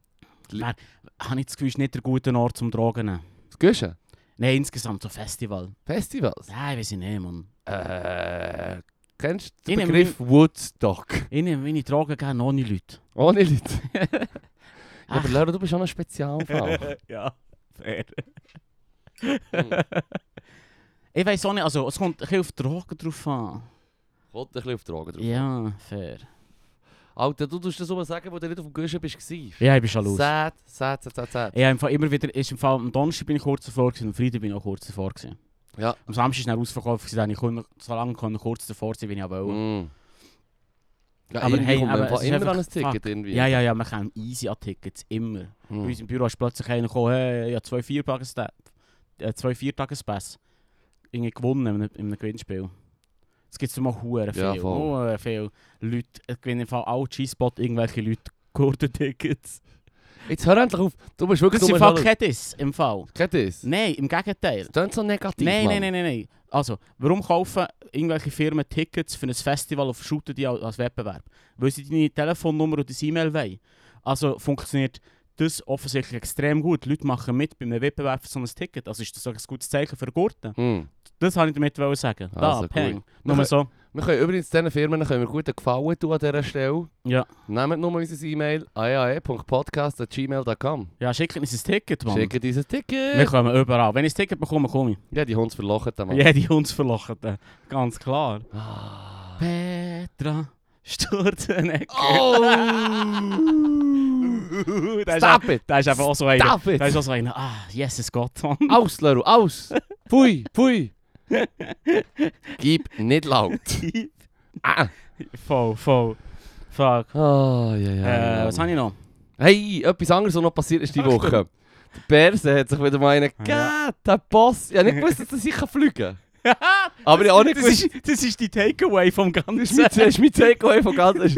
Habe ich das Gefühl, ist nicht der gute Ort zum Drogen nehmen.
Das Guschen?
Nein, insgesamt so Festival.
Festivals?
Nein, weiß ich nicht, Mann.
Äh, kennst du
Ich
den
nehme
Begriff Woodstock?
Ich nehme meine Drogen gerne ohne Leute. [LAUGHS]
Ohne Leute. ja, aber
Ach.
Laura, du bist auch ein Spezialfall.
[LAUGHS] ja, [LAUGHS] fair. ich weiß auch nicht, also es kommt ein bisschen auf die Drogen drauf an.
Kommt ein bisschen auf die Drogen drauf.
Ja, fair.
Alter, du tust das so sagen, wo du nicht auf dem Guschen bist. gewesen.
Ja, ich bin schon los.
Sad, sad, sad, sad, sad.
Ich habe im Fall immer wieder, ist im Fall, am Donnerstag bin ich kurz davor gewesen, am Freitag bin ich auch kurz davor gewesen.
Ja.
Am Samstag ist dann ausverkauft, gewesen, dann ich konnte, so lange konnte ich kurz davor sein, wie ich wollte.
Mm. Ja,
Aber
aber
hey,
hey, kommt
aber
aber
es ist
immer
einfach-
an ein Ticket
fuck.
irgendwie.
Ja, ja, ja, wir kommen easy an Tickets, immer. Bei
Mm.
uns im Büro ist plötzlich einer gekommen, hey, ich habe zwei Viertagespässe äh, zwei Viertagespässe irgendwie gewonnen in einem, in einem Gewinnspiel. Es gibt mal hure viel,
Ja, voll.
hure viel Leute, es gewinnen im Fall alle G-Spot irgendwelche Leute [LAUGHS] gute Tickets.
Jetzt hör endlich auf. Du bist wirklich
Das ist im
dummer
Fall
Schal-
kein Diss, im Fall.
Kennt ihr das?
Nein, im Gegenteil.
Das klingt so negativ,
Nein,
Mann.
nein, nein, nein, nein. Also, warum kaufen irgendwelche Firmen Tickets für ein Festival auf Shooter die als als Wettbewerb? Weil sie deine Telefonnummer oder deine E-Mail wollen. Also dus funktioniert das offensichtlich extrem gut. Die Leute machen mit bei einem Wettbewerb für so ein Ticket. Also ist das auch ein gutes Zeichen für Gurten.
Hm.
Das wollte ich damit wollen sagen. Da,
Also,
peng.
gut.
Nur so.
Wir können übrigens diesen Firmen können wir guten Gefallen tun an dieser Stelle.
Ja.
Nehmt nur unser E-Mail aae.podcast.gmail.com
Ja, schickt uns ein Ticket, Mann.
Schickt dieses
Wir
Ticket.
kommen überall. Wenn ich ein Ticket bekomme, komme ich.
Ja, die Hunde verlochen den Mann.
Ja, die uns verlachen. Ganz klar.
Ah.
Petra Sturzenegger.
Oh!
[LAUGHS] Das ist
Stop it!
Da ist einfach auch so einer.
Stop
Da ist
it!
auch so einer. Ah, yes, es [LAUGHS] Gott, Mann.
Aus, Leru, aus! Pfui, pfui! Gib nicht laut! Ah!
Voll, voll. Fuck.
Oh, ja, ja, ja.
Äh, was habe ich noch?
Hey, etwas anderes, was noch passiert ist die
Ach,
Woche. Der Berse hat sich wieder mal einen gegeben.
Ah, Ja.
Der Boss. Ich habe nicht gewusst, dass er sicher fliegen
[LAUGHS]
kann. Aber ich habe auch nicht
das,
gewusst.
ist, das ist die Takeaway vom
Das
Ganzen.
ist mein, das ist mein Takeaway von ganz.
[LAUGHS]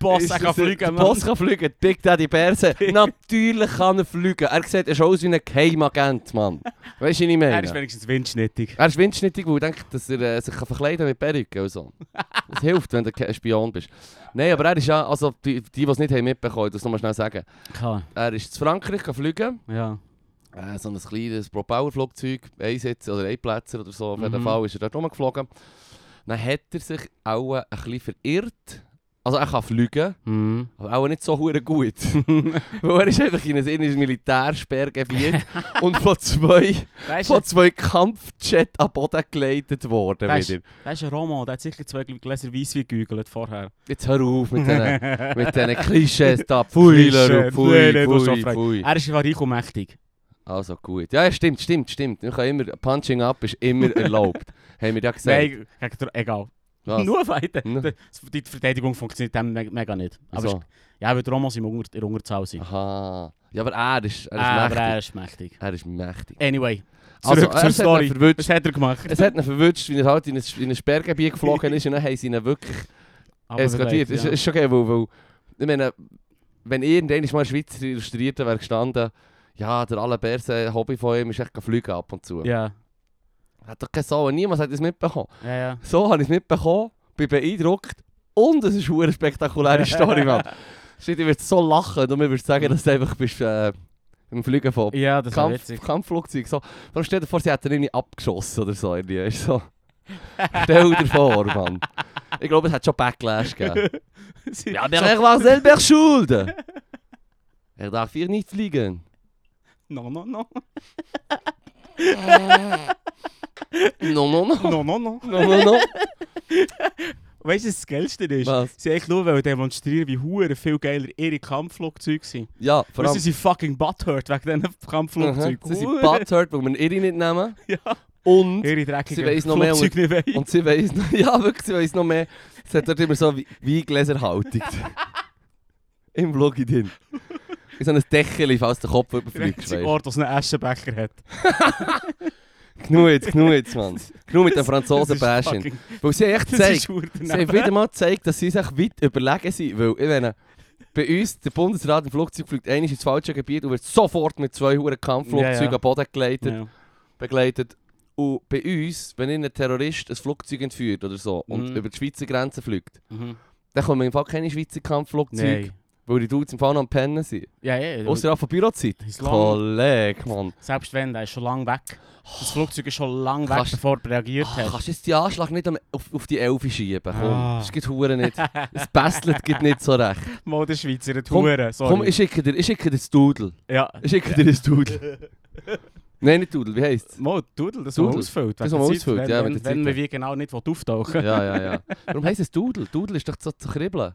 Boss,
Ist
er kann
das-
fliegen,
Der Boss
Mann.
kann fliegen. Big Daddy Berse.
[LAUGHS]
Natürlich kann er fliegen. Er sieht, er ist aus wie ein Geheimagent, Mann. Weißt du, was ich
Er ist
meine?
wenigstens windschnittig.
Er ist windschnittig, weil er denkt, dass er äh, sich kann verkleiden kann mit Perücke und so. Das hilft, wenn du ein Spion bist. Nein, aber er ist ja, also die, die, die es nicht haben mitbekommen haben, das nochmal schnell sagen.
Klar,
nou Er ist zu Frankreich kann fliegen.
ja.
äh, so ein kleines Propellerflugzeug, Einsitzer oder Einplätzer oder so, auf jeden
Mhm.
Fall ist er dort rumgeflogen. Dann hat er sich auch ein bisschen verirrt Also er kann fliegen,
Mhm.
aber auch nicht so hure gut. [LAUGHS] Weil er ist einfach in ein inneres Militärsperrgebiet und von zwei,
Weißt du,
von zwei Kampfjets am Boden geleitet worden.
Weißt-
wieder.
das ist ein Roman, der hat sicher zwei Gläser Weisswein gegügelt vorher.
Jetzt hör auf mit diesen
[LAUGHS]
mit diesen Klischees da.
Pfui,
Pfeiler
Pfui,
und Pfui,
nee, du hast
Pfui,
schon frei.
Pfui.
Er ist reich und mächtig.
Also gut. Ja, ja, stimmt, stimmt, stimmt. Wir können immer, Punching Up ist immer
[LAUGHS]
erlaubt. Haben wir ja gesagt.
Nein, gegen den- egal. [LAUGHS]
Was?
Nur Feiten.
Nur-
Die Verteidigung funktioniert dem me- mega nicht. Aber
Wieso?
es- ja, weil die Romans im Unter in der Unterzahl sind.
Aha. Ja, aber er ist, er ist
Ah, aber
mächtig.
er ist mächtig.
Er ist mächtig.
Anyway,
Also,
zurück
er
zur
hat
Story.
ihn verwünscht.
Was hat er gemacht?
Es hat ihn verwünscht, wie er halt in ein, in ein Sperrgebiet geflogen ist und dann haben sie ihn wirklich
Aber
eskaliert.
vielleicht,
Ist,
ja.
ist schon geil, weil, weil ich meine, wenn irgendwann mal ein Schweizer Illustrierter wäre gestanden, ja, der Alain Berset, Hobby von ihm, ist echt Flüge ab und zu.
Ja,
Hat doch keine Sau, niemand hat das mitbekommen.
ja, ja.
So habe ich es mitbekommen, bin beeindruckt und es ist eine verdammt spektakuläre
[LAUGHS]
Story, Mann. Shit, ich würde so lachen und mir würdest sagen, dass du einfach bist, äh, im Fliegen von
Ja, das war
Kampf,
witzig. [LAUGHS]
Kampfflugzeug. So. Warum stell dir vor, sie hätten ihn nicht abgeschossen oder so. irgendwie, weisst du, so. stell dir vor, Mann. Ich glaube, es hat schon Backlash
[LAUGHS]
gegeben. ja, aber er war selber schuld. Er darf hier nicht fliegen.
No, no, no.
No, no, no.
[LAUGHS] No, no, no.
No, no,
[LAUGHS]
no.
Weißt du, was das Geilste ist?
Was?
Sie eigentlich nur wollen demonstrieren, wie hure viel geiler ihre Kampfflugzeuge sind.
Ja, vor
Weil
allem.
sie sind fucking butthurt wegen diesen Kampfflugzeugen.
Mhm. Sie sind
Hure-
butthurt, weil wir ihre nicht nehmen.
[LAUGHS] Ja.
Und,
Ihre
Sie
dreckigen
weiss noch mehr
Flugzeuge nicht wollen.
und sie weiss noch, [LAUGHS] ja wirklich, sie weiss noch mehr. Es hat dort immer so wie, wie
[LAUGHS]
Gläserhaltung. Im Vlog in drin. In so ein Deckel, falls der Kopf
Der
überfliegt.
einzige
weisst
Ort, wo es einen Aschenbecher hat.
du. Genug jetzt, genug jetzt, Mann. Genug mit
[LAUGHS]
den Franzosen bashen.
fucking-
Weil sie haben echt
Das
gezeigt,
ist hure
sie haben
daneben.
wieder mal gezeigt, dass sie sich weit überlegen sind. Weil, ich meine, bei uns, der Bundesrat im Flugzeug fliegt einmal ins falsche Gebiet und wird sofort mit zwei Huren Kampfflugzeugen
Ja, ja.
am Boden geleitet.
Ja.
begleitet. Und bei uns, wenn ein Terrorist ein Flugzeug entführt oder so und
Mhm.
über die Schweizer Grenze fliegt,
Mhm.
dann kommen im Fall keine Schweizer Kampfflugzeuge,
Nein.
weil die Dudes im Fall noch am Pennen sind.
Ja, ja. ja.
Außerhalb von Bürozeit.
Ist lang.
Kollege, Mann.
Selbst wenn, der ist schon lang weg. Das Flugzeug ist schon lang weg,
Kannst-
bevor er reagiert
Ah,
hat.
kannst du jetzt den Anschlag nicht am, auf, auf die Elfe schieben? Komm,
Ah.
das geht Huren
[LAUGHS]
nicht. Das Bastlet geht nicht so recht.
Mal der Schweizer, der
Komm,
Hure, sorry.
Komm, ich schicke dir, ich schicke dir das Dudel.
ja.
Ich schicke dir das Dudel.
[LAUGHS]
Nein, nicht Dudel, wie heisst's?
Mal, Dudel, das
Dudel.
man ausfüllt.
Das,
wenn
was man
die Zeit-
ausfüllt, ja, wenn
Wenn,
die
wenn,
Zeit
wenn
hat.
wir wie genau nicht auftauchen
Ja, ja, ja. Warum heisst es Doodle? Doodle ist doch so zu kribbeln.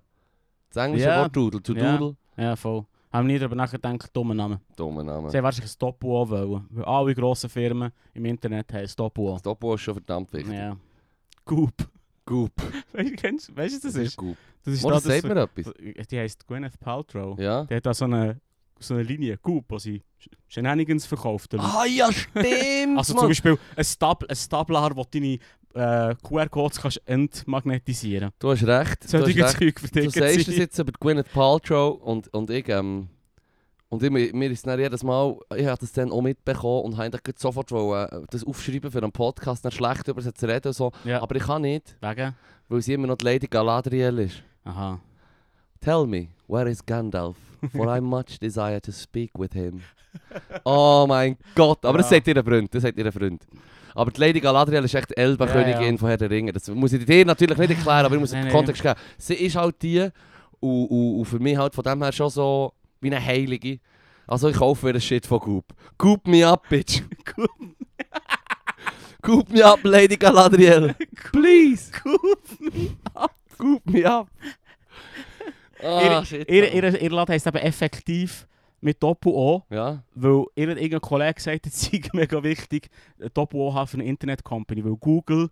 Das englische
Ja.
Wort Doodle, to
Ja.
doodle.
Ja, voll. Haben wir nie darüber nachgedacht, dummer Name.
Dummer Name.
Sie haben wahrscheinlich ein Doppel auch wollen. Weil alle grossen Firmen im Internet haben ein Doppel
Das Doppel ist schon verdammt wichtig.
Ja. Goop.
Goop.
[LAUGHS] Weißt du, kennst- weißt du, was das ist?
Goop.
Das ist
Oh, das
das-
sagt mir etwas.
Die heisst Gwyneth Paltrow.
Ja.
Die hat da so eine, so eine Linie, Goop, wo sie Sch- Shenanigans verkauft.
Ah ja,
[LAUGHS]
stimmt!
also zum Beispiel ein, Stab ein Stabler, wo deine äh, QR-Codes kannst entmagnetisieren
du hast recht. Du, hast
Solche
recht.
Zeug
du
verdicken
sagst es jetzt über die Gwyneth Paltrow und, und ich, ähm, und ich, mir mir ist dann jedes Mal, ich habe das dann auch mitbekommen und habe dann gleich sofort wollen, äh, das aufschreiben für einen Podcast, dann schlecht über sie zu reden und so.
Ja,
Aber ich kann nicht,
wegen?
weil sie immer noch die Lady Galadriel ist.
Aha.
Tell me, where is Gandalf? For
[LAUGHS]
I much desire to speak with him. Oh mein Gott, aber das
Ja.
sagt ihr Freund, das sagt ihr Freund. Aber die Lady Galadriel ist echt die Elba-Königin
Ja, ja.
von Herr der Ringe. Das muss ich dir natürlich nicht erklären, aber ich muss
Nein,
den
nein.
Kontext geben. Sie ist halt die und, und, und für mich halt von dem her schon so wie eine Heilige. Also ich kaufe wieder Shit von Goop. Goop me up, bitch. Goop me up, Lady
[LAUGHS]
Galadriel. Please.
Goop.
Goop me up. Ah,
Ihre-
shit.
Ihr, ihr, ihr Laden heisst eben effektiv mit Doppel-O,
ja.
weil ihr hat irgendein Kollege gesagt [LAUGHS] hat, es sei mega wichtig, eh, ein Doppel-O haben für eine Internet-Company, weil Google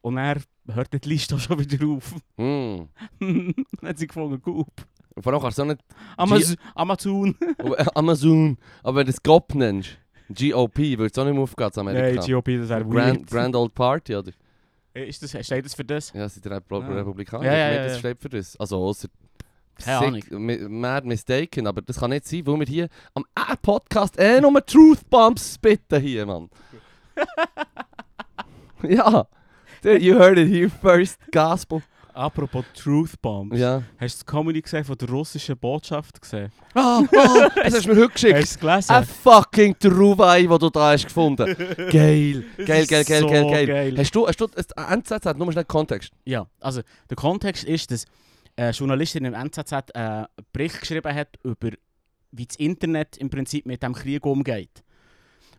und er hört die Liste auch schon wieder [LAUGHS] auf.
Hm.
dann hat sie gefunden, Goop.
Vor allem kannst du auch nicht
Amaz Amazon.
Aber- [LAUGHS] Amazon. Aber wenn du es GOP nennst, GOP, würde es auch nicht mehr aufgehen in
Nein,
Amerika.
GOP, das wäre
Grand,
weird. Eh,
Grand Old Party, oder?
Ist das, steht das für das?
Ja, sind die Repro
Ah.
Republikaner.
Ja, ja,
ich
ja,
meine, das
ja.
steht für das. Also, außer.
Keine Ahnung.
Mad mistaken, aber das kann nicht sein, weil wir hier am äh, Podcast eh nur Truth Bumps spitten hier, Mann. [LAUGHS] ja. Dude, you heard it here first, Gospel.
Apropos Truth Bombs.
Ja.
Hast du das Comedy gesehen von der russischen Botschaft gesehen?
Ah, oh, das hast du mir heute geschickt.
Hast du es gelesen? [LAUGHS]
Ein fucking Truwei, den du da hast gefunden. geil. Geil,
ist
geil, geil,
so
geil, geil.
geil.
Hast du, hast du, das NZZ hat nur schnell Kontext.
Ja, also der Kontext ist, dass eine Journalistin im NZZ äh, einen Bericht geschrieben hat über, wie das Internet im Prinzip mit dem Krieg umgeht.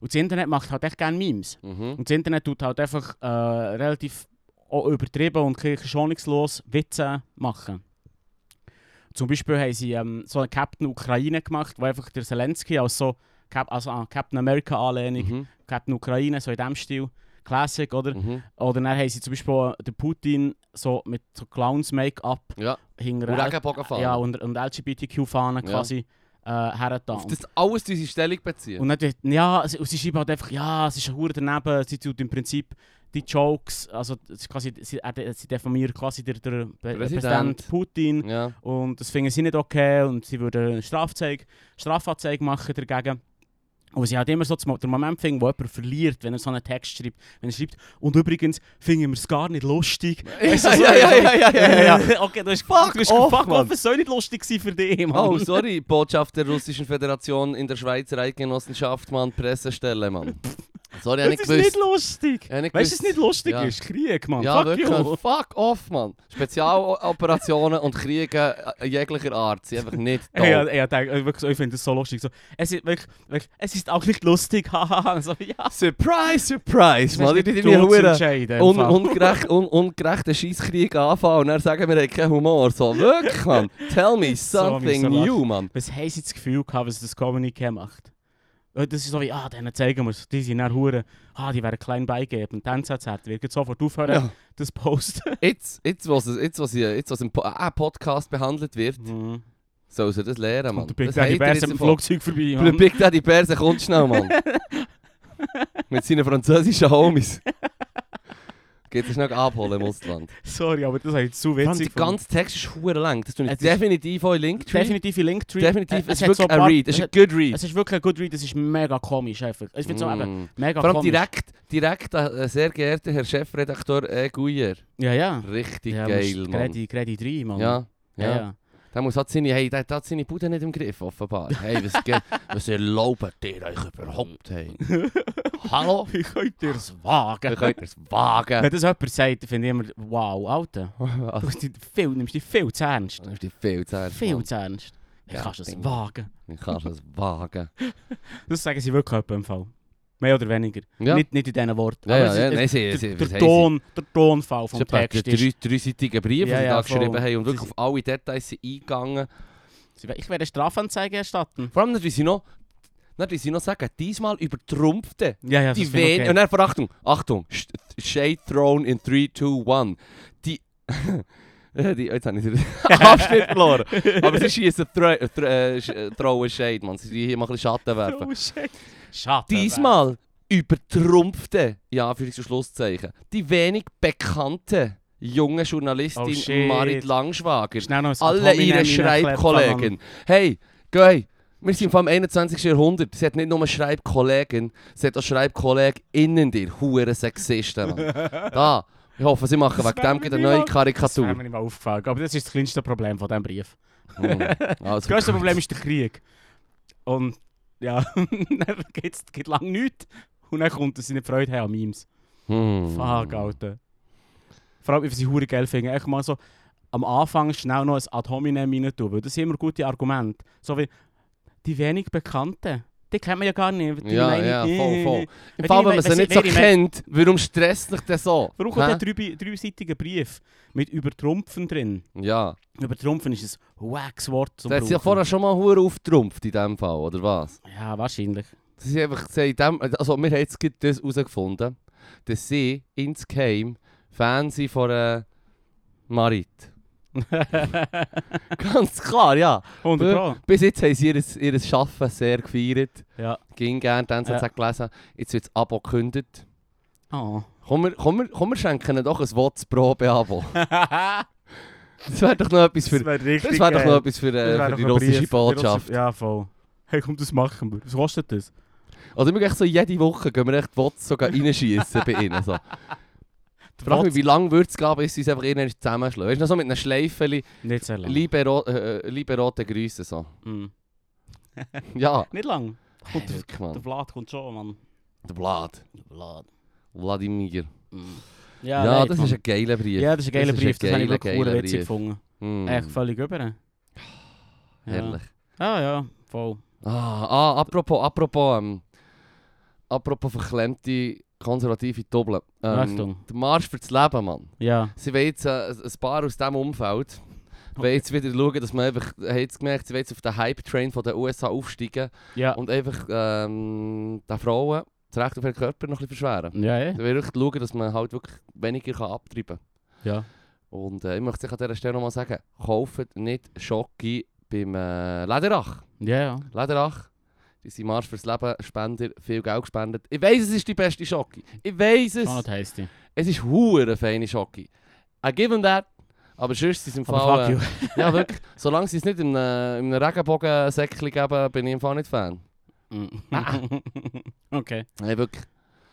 Und das Internet macht halt echt gerne Memes.
Mhm.
Und das Internet tut halt einfach äh, relativ auch übertrieben und ein bisschen schonungslos Witze machen. Zum Beispiel haben sie ähm, so einen Captain Ukraine gemacht, wo einfach der Zelensky als so Cap also an Captain America Anlehnung,
Mhm.
Captain Ukraine, so in dem Stil, Classic, oder?
Mhm.
Oder dann haben sie zum Beispiel äh, den Putin so mit so Clowns-Make-up
Ja,
hinter
und Regenbogenfahnen.
ja, und, und LGBTQ-Fahnen quasi äh, hergetan.
Auf das alles unsere Stellung beziehen.
Und dann, dort- ja, sie, und sie schreiben halt einfach, ja, es ist ein Hure daneben, sie tut im Prinzip die Jokes, also es ist quasi, sie, er de- sie defamieren quasi der, der Be-
Präsident.
Präsident Putin [LAUGHS]
ja.
und das finden sie nicht okay und sie würden eine Strafzeig, Strafanzeige machen dagegen. Aber sie hat immer so zum- den Moment finden, wo jemand verliert, wenn er so einen Text schreibt. Wenn er schreibt, und übrigens finden wir es gar nicht
[LAUGHS]
lustig. Weisst du, so- [LAUGHS] Okay, du hast
Fuck
fuck, du hast,
off,
fuck
Mann.
off, es soll nicht lustig sein für dich, Mann.
Oh, sorry, Botschaft der Russischen Föderation in der Schweizer Eidgenossenschaft, Mann,
[LAUGHS]
Pressestelle, Mann. Sorry, hab
[LAUGHS] das ist
ich gewusst.
nicht lustig.
Hab ich
Weißt du, es
gewusst.
nicht lustig
Ja.
ist? Krieg, Mann.
Ja,
Fuck
wirklich.
you.
Fuck off, Mann. Spezialoperationen und Kriege äh, jeglicher Art sind einfach nicht toll.
Hey, ja, ja, denk, äh, wirklich, so, ich finde das so lustig. So, es, ist wirklich, wirklich, es ist auch nicht lustig, [LAUGHS] hahaha. so, ja.
Surprise, surprise, Mann. Ich
nicht
bin in Huren.
entscheiden.
Un
Un [LAUGHS]
ungerecht, un ungerechten Scheisskrieg anfangen und dann sagen wir, wir haben keinen Humor. So, wirklich, Mann. Tell
[LAUGHS]
me
So haben wir
something
so
new, Mann.
was haben sie das Gefühl gehabt, was das Comedy Cam macht? Äh, Das ist so wie, ah, denen zeigen wir es. Die sind dann Huren, ah, die werden klein beigeben. Und dann sagt wir werden sofort aufhören,
Ja.
das
[LAUGHS]
posten.
Jetzt, jetzt, was, es- jetzt, was, hier- jetzt, was im po ah, Podcast behandelt wird,
Mhm.
soll sie das lernen, Mann.
Und der Big
Das
Daddy
habt ihr
Bear
jetzt
ist mit dem
davon.
Flugzeug vorbei.
Der
Mann.
Big Daddy Perse kommt
[LAUGHS]
schnell, Mann. Mit seinen französischen Homies. Geht es schnell abholen im Ausland.
Sorry, aber das habe ich zu
Mann,
[LAUGHS]
der
witzig gefunden.
ganze Text ist verdammt lang. Das tue ich
Es ist-
definitiv auch in Linktree.
Definitiv in Linktree.
Definitiv.
Äh,
Es
es
ist
hat
wirklich
so ein
ein
paar-
Read. Es ist ein Good Read.
Es ist wirklich ein good read, es ist mega komisch einfach. Ich finde es auch eben
Mm.
mega
Vor allem
komisch.
direkt, direkt äh, sehr geehrter Herr Chefredakteur E. Guyer.
Ja, ja.
Richtig
ja,
geil, Mann.
Gredi, Gredi 3, Mann.
Ja, ja.
ja.
ja.
ja. [LAUGHS]
Der, muss hat seine, hey, der, der hat seine Bude nicht im Griff, offenbar. Hey, was, ge- was erlaubt ihr euch
[LAUGHS]
überhaupt? Hey? Hallo?
Wie könnt ihr es
Wie
wagen?
könnt ihr es wagen?
Wenn das jemand sagt, finde ich immer, wow, Alter. Du
[LAUGHS] Also,
hast dich viel, nimmst dich viel zu ernst.
Das ist dir viel zu ernst,
Viel
Mann.
zu ernst. Wie
Ja,
kannst du das
Ding.
wagen?
Wie kannst du das wagen?
Das sagen sie wirklich jemandem im Fall. Mehr oder weniger.
Ja,
Nicht, nicht in diesen Worten.
ja,
Aber
ja,
es
ja.
ist-
Nein,
es-
sie,
der,
sie,
der,
was haben sie?
Ton, der Tonfall vom
Schon etwa
Text
drei-
ist...
dreiseitigen Brief,
Ja,
die
ja,
sie da geschrieben
voll.
haben und wirklich
Sie-
auf alle Details sind eingegangen.
Ich werde eine Strafanzeige erstatten.
Vor allem, dass sie noch, dass sie noch sagen, diesmal übertrumpfte
Ja, ja,
die
finde ich [LAUGHS]
Wen... Und dann, vor- Achtung, Achtung, Sh- Shade Thrown in 3, 2, 1. Die... [LAUGHS] die jetzt habe ich den [LAUGHS] [LAUGHS] Abschnitt verloren. Aber sie schießen Throw äh, Sh- äh, throw a Shade, man. Sie hier mal ein bisschen Schatten werfen.
Oh, shit. Schade.
Diesmal übertrumpfte, ja, für und Schlusszeichen, die wenig bekannte junge
Oh,
Journalistin
shit.
Marit Langschwager.
Schnell noch ein Ad
Alle
hominem
ihre
hineingeklebt, Mann.
Schreibkollegen. Hey, geh, wir sind vom 21. Jahrhundert. Sie hat nicht nur Schreibkollegen, sie hat auch SchreibkollegInnen, dir
[LAUGHS]
hure Sexisten. Mann. Da, ich hoffe, sie machen
Das
wegen
wäre
dem
mir
eine neue
niemand- Das wäre
Karikatur.
mir nicht mal aufgefallen. Aber das ist das kleinste Problem von diesem Brief. [LAUGHS]
Hm, also
Das grösste Problem ist der Krieg. Und ja, [LAUGHS] dann geht es lange nichts. Und dann kommt, dass sie nicht Freude haben an Memes.
hm.
Fuck, Alter. Vor allem, weil sie hure geil finden. Echt mal so am Anfang schnell noch ein Ad hominem rein tun, weil das sind immer gute Argumente. So wie die wenig Bekannten. Die kennen wir ja gar nicht. Die
Ja,
meinen- äh,
ja, voll, voll. Im
Wenn
Fall,
ich
wenn man
mein-
sie
wenn
nicht
sie-
so
wenn ich mein-
kennt, warum stresst dich das so?
eh Warum
Hä?
kommt der drei- dreiseitiger Brief mit Übertrumpfen drin?
Ja,
Übertrumpfen dus ist ein Wax-Wort zum
das hat sie ja
Brauchen.
vorher schon mal hure auftrumpft in dem Fall, oder was?
Ja,
[LAUGHS]
wahrscheinlich. [LAUGHS]
Sie haben einfach gesagt, in dem, also wir haben jetzt gerade das herausgefunden, dass sie insgeheim Fan sind von äh, [LAUGHS] Marit. Ganz klar, ja.
100 Pro.
Bis jetzt haben sie ihr, ihr Schaffen sehr gefeiert.
Ja.
Ging gerne, dann hat sie gelesen, jetzt wird das Abo gekündigt.
[LAUGHS] Oh.
Komm, wir- komm, wir- komm, wir schenken ihnen doch ein Wots [LAUGHS] Probe-Abo.
das
Das wäre doch noch etwas für...
wäre richtig
Das wäre doch noch etwas für, äh, für die russische Botschaft.
Ja, voll. Hey, komm, das machen wir. Was dus. kostet das?
Oder Also wir gehen echt so jede Woche gehen wir echt Wots sogar reinschießen bei ihnen. So. Ich frage mich, wie lange würde es gehen, bis sie uns einfach irgendwann zusammenschlagen. Weißt du, noch so mit einer Schleife, li-
Nicht sehr lang.
liebe, ro äh, äh, liebe rote Grüße. So. [LAUGHS]
Mm. [LAUGHS]
Ja,
Nicht lang.
hey,
Kommt der,
wirklich,
der
Mann.
Vlad kommt schon, Mann.
Der Vlad.
Der Vlad.
Wladimir.
Mm.
Ja,
nein,
das
Mann.
ist ein geiler Brief.
Ja, das ist ein geiler
Das ist
Brief.
ein
Das habe ich
geiler,
wirklich
geiler
verdammt witzig
Brief.
gefunden.
Mm.
Echt völlig über. Ja.
Herrlich.
Ja, ja, voll.
Ah, ah, apropos, apropos, ähm, apropos verklemmte konservative Doppel. Ähm,
Achtung.
der Marsch für das Leben, Mann.
Ja.
Sie wollen jetzt äh, ein paar aus diesem Umfeld. Wollen jetzt wieder schauen, dass man einfach, haben jetzt gemerkt, sie wollen jetzt auf den Hype-Train von den USA aufsteigen
Ja.
und einfach ähm, den Frauen das Recht auf ihren Körper noch ein bisschen verschweren.
Ja, eh.
Sie wollen wirklich schauen, dass man halt wirklich weniger kann abtreiben kann.
Ja.
Und äh, ich möchte es an dieser Stelle nochmal sagen, kauft nicht Schocke beim äh, Lederach.
Ja, ja.
Lederach, die sind Marsch fürs Leben, Spender, viel Geld gespendet. Ich weiß, es ist die beste Schocke. Ich weiß es.
Schon nicht heisst die.
Es ist hure feine Schocke. I give them that. Aber sonst sind sie im
Aber
Fall...
fuck you.
Äh, ja, wirklich. Solange sie es nicht in, äh, in einem Regenbogensäckchen geben, bin ich im Fall nicht Fan.
Mm. okay.
Nein, wirklich.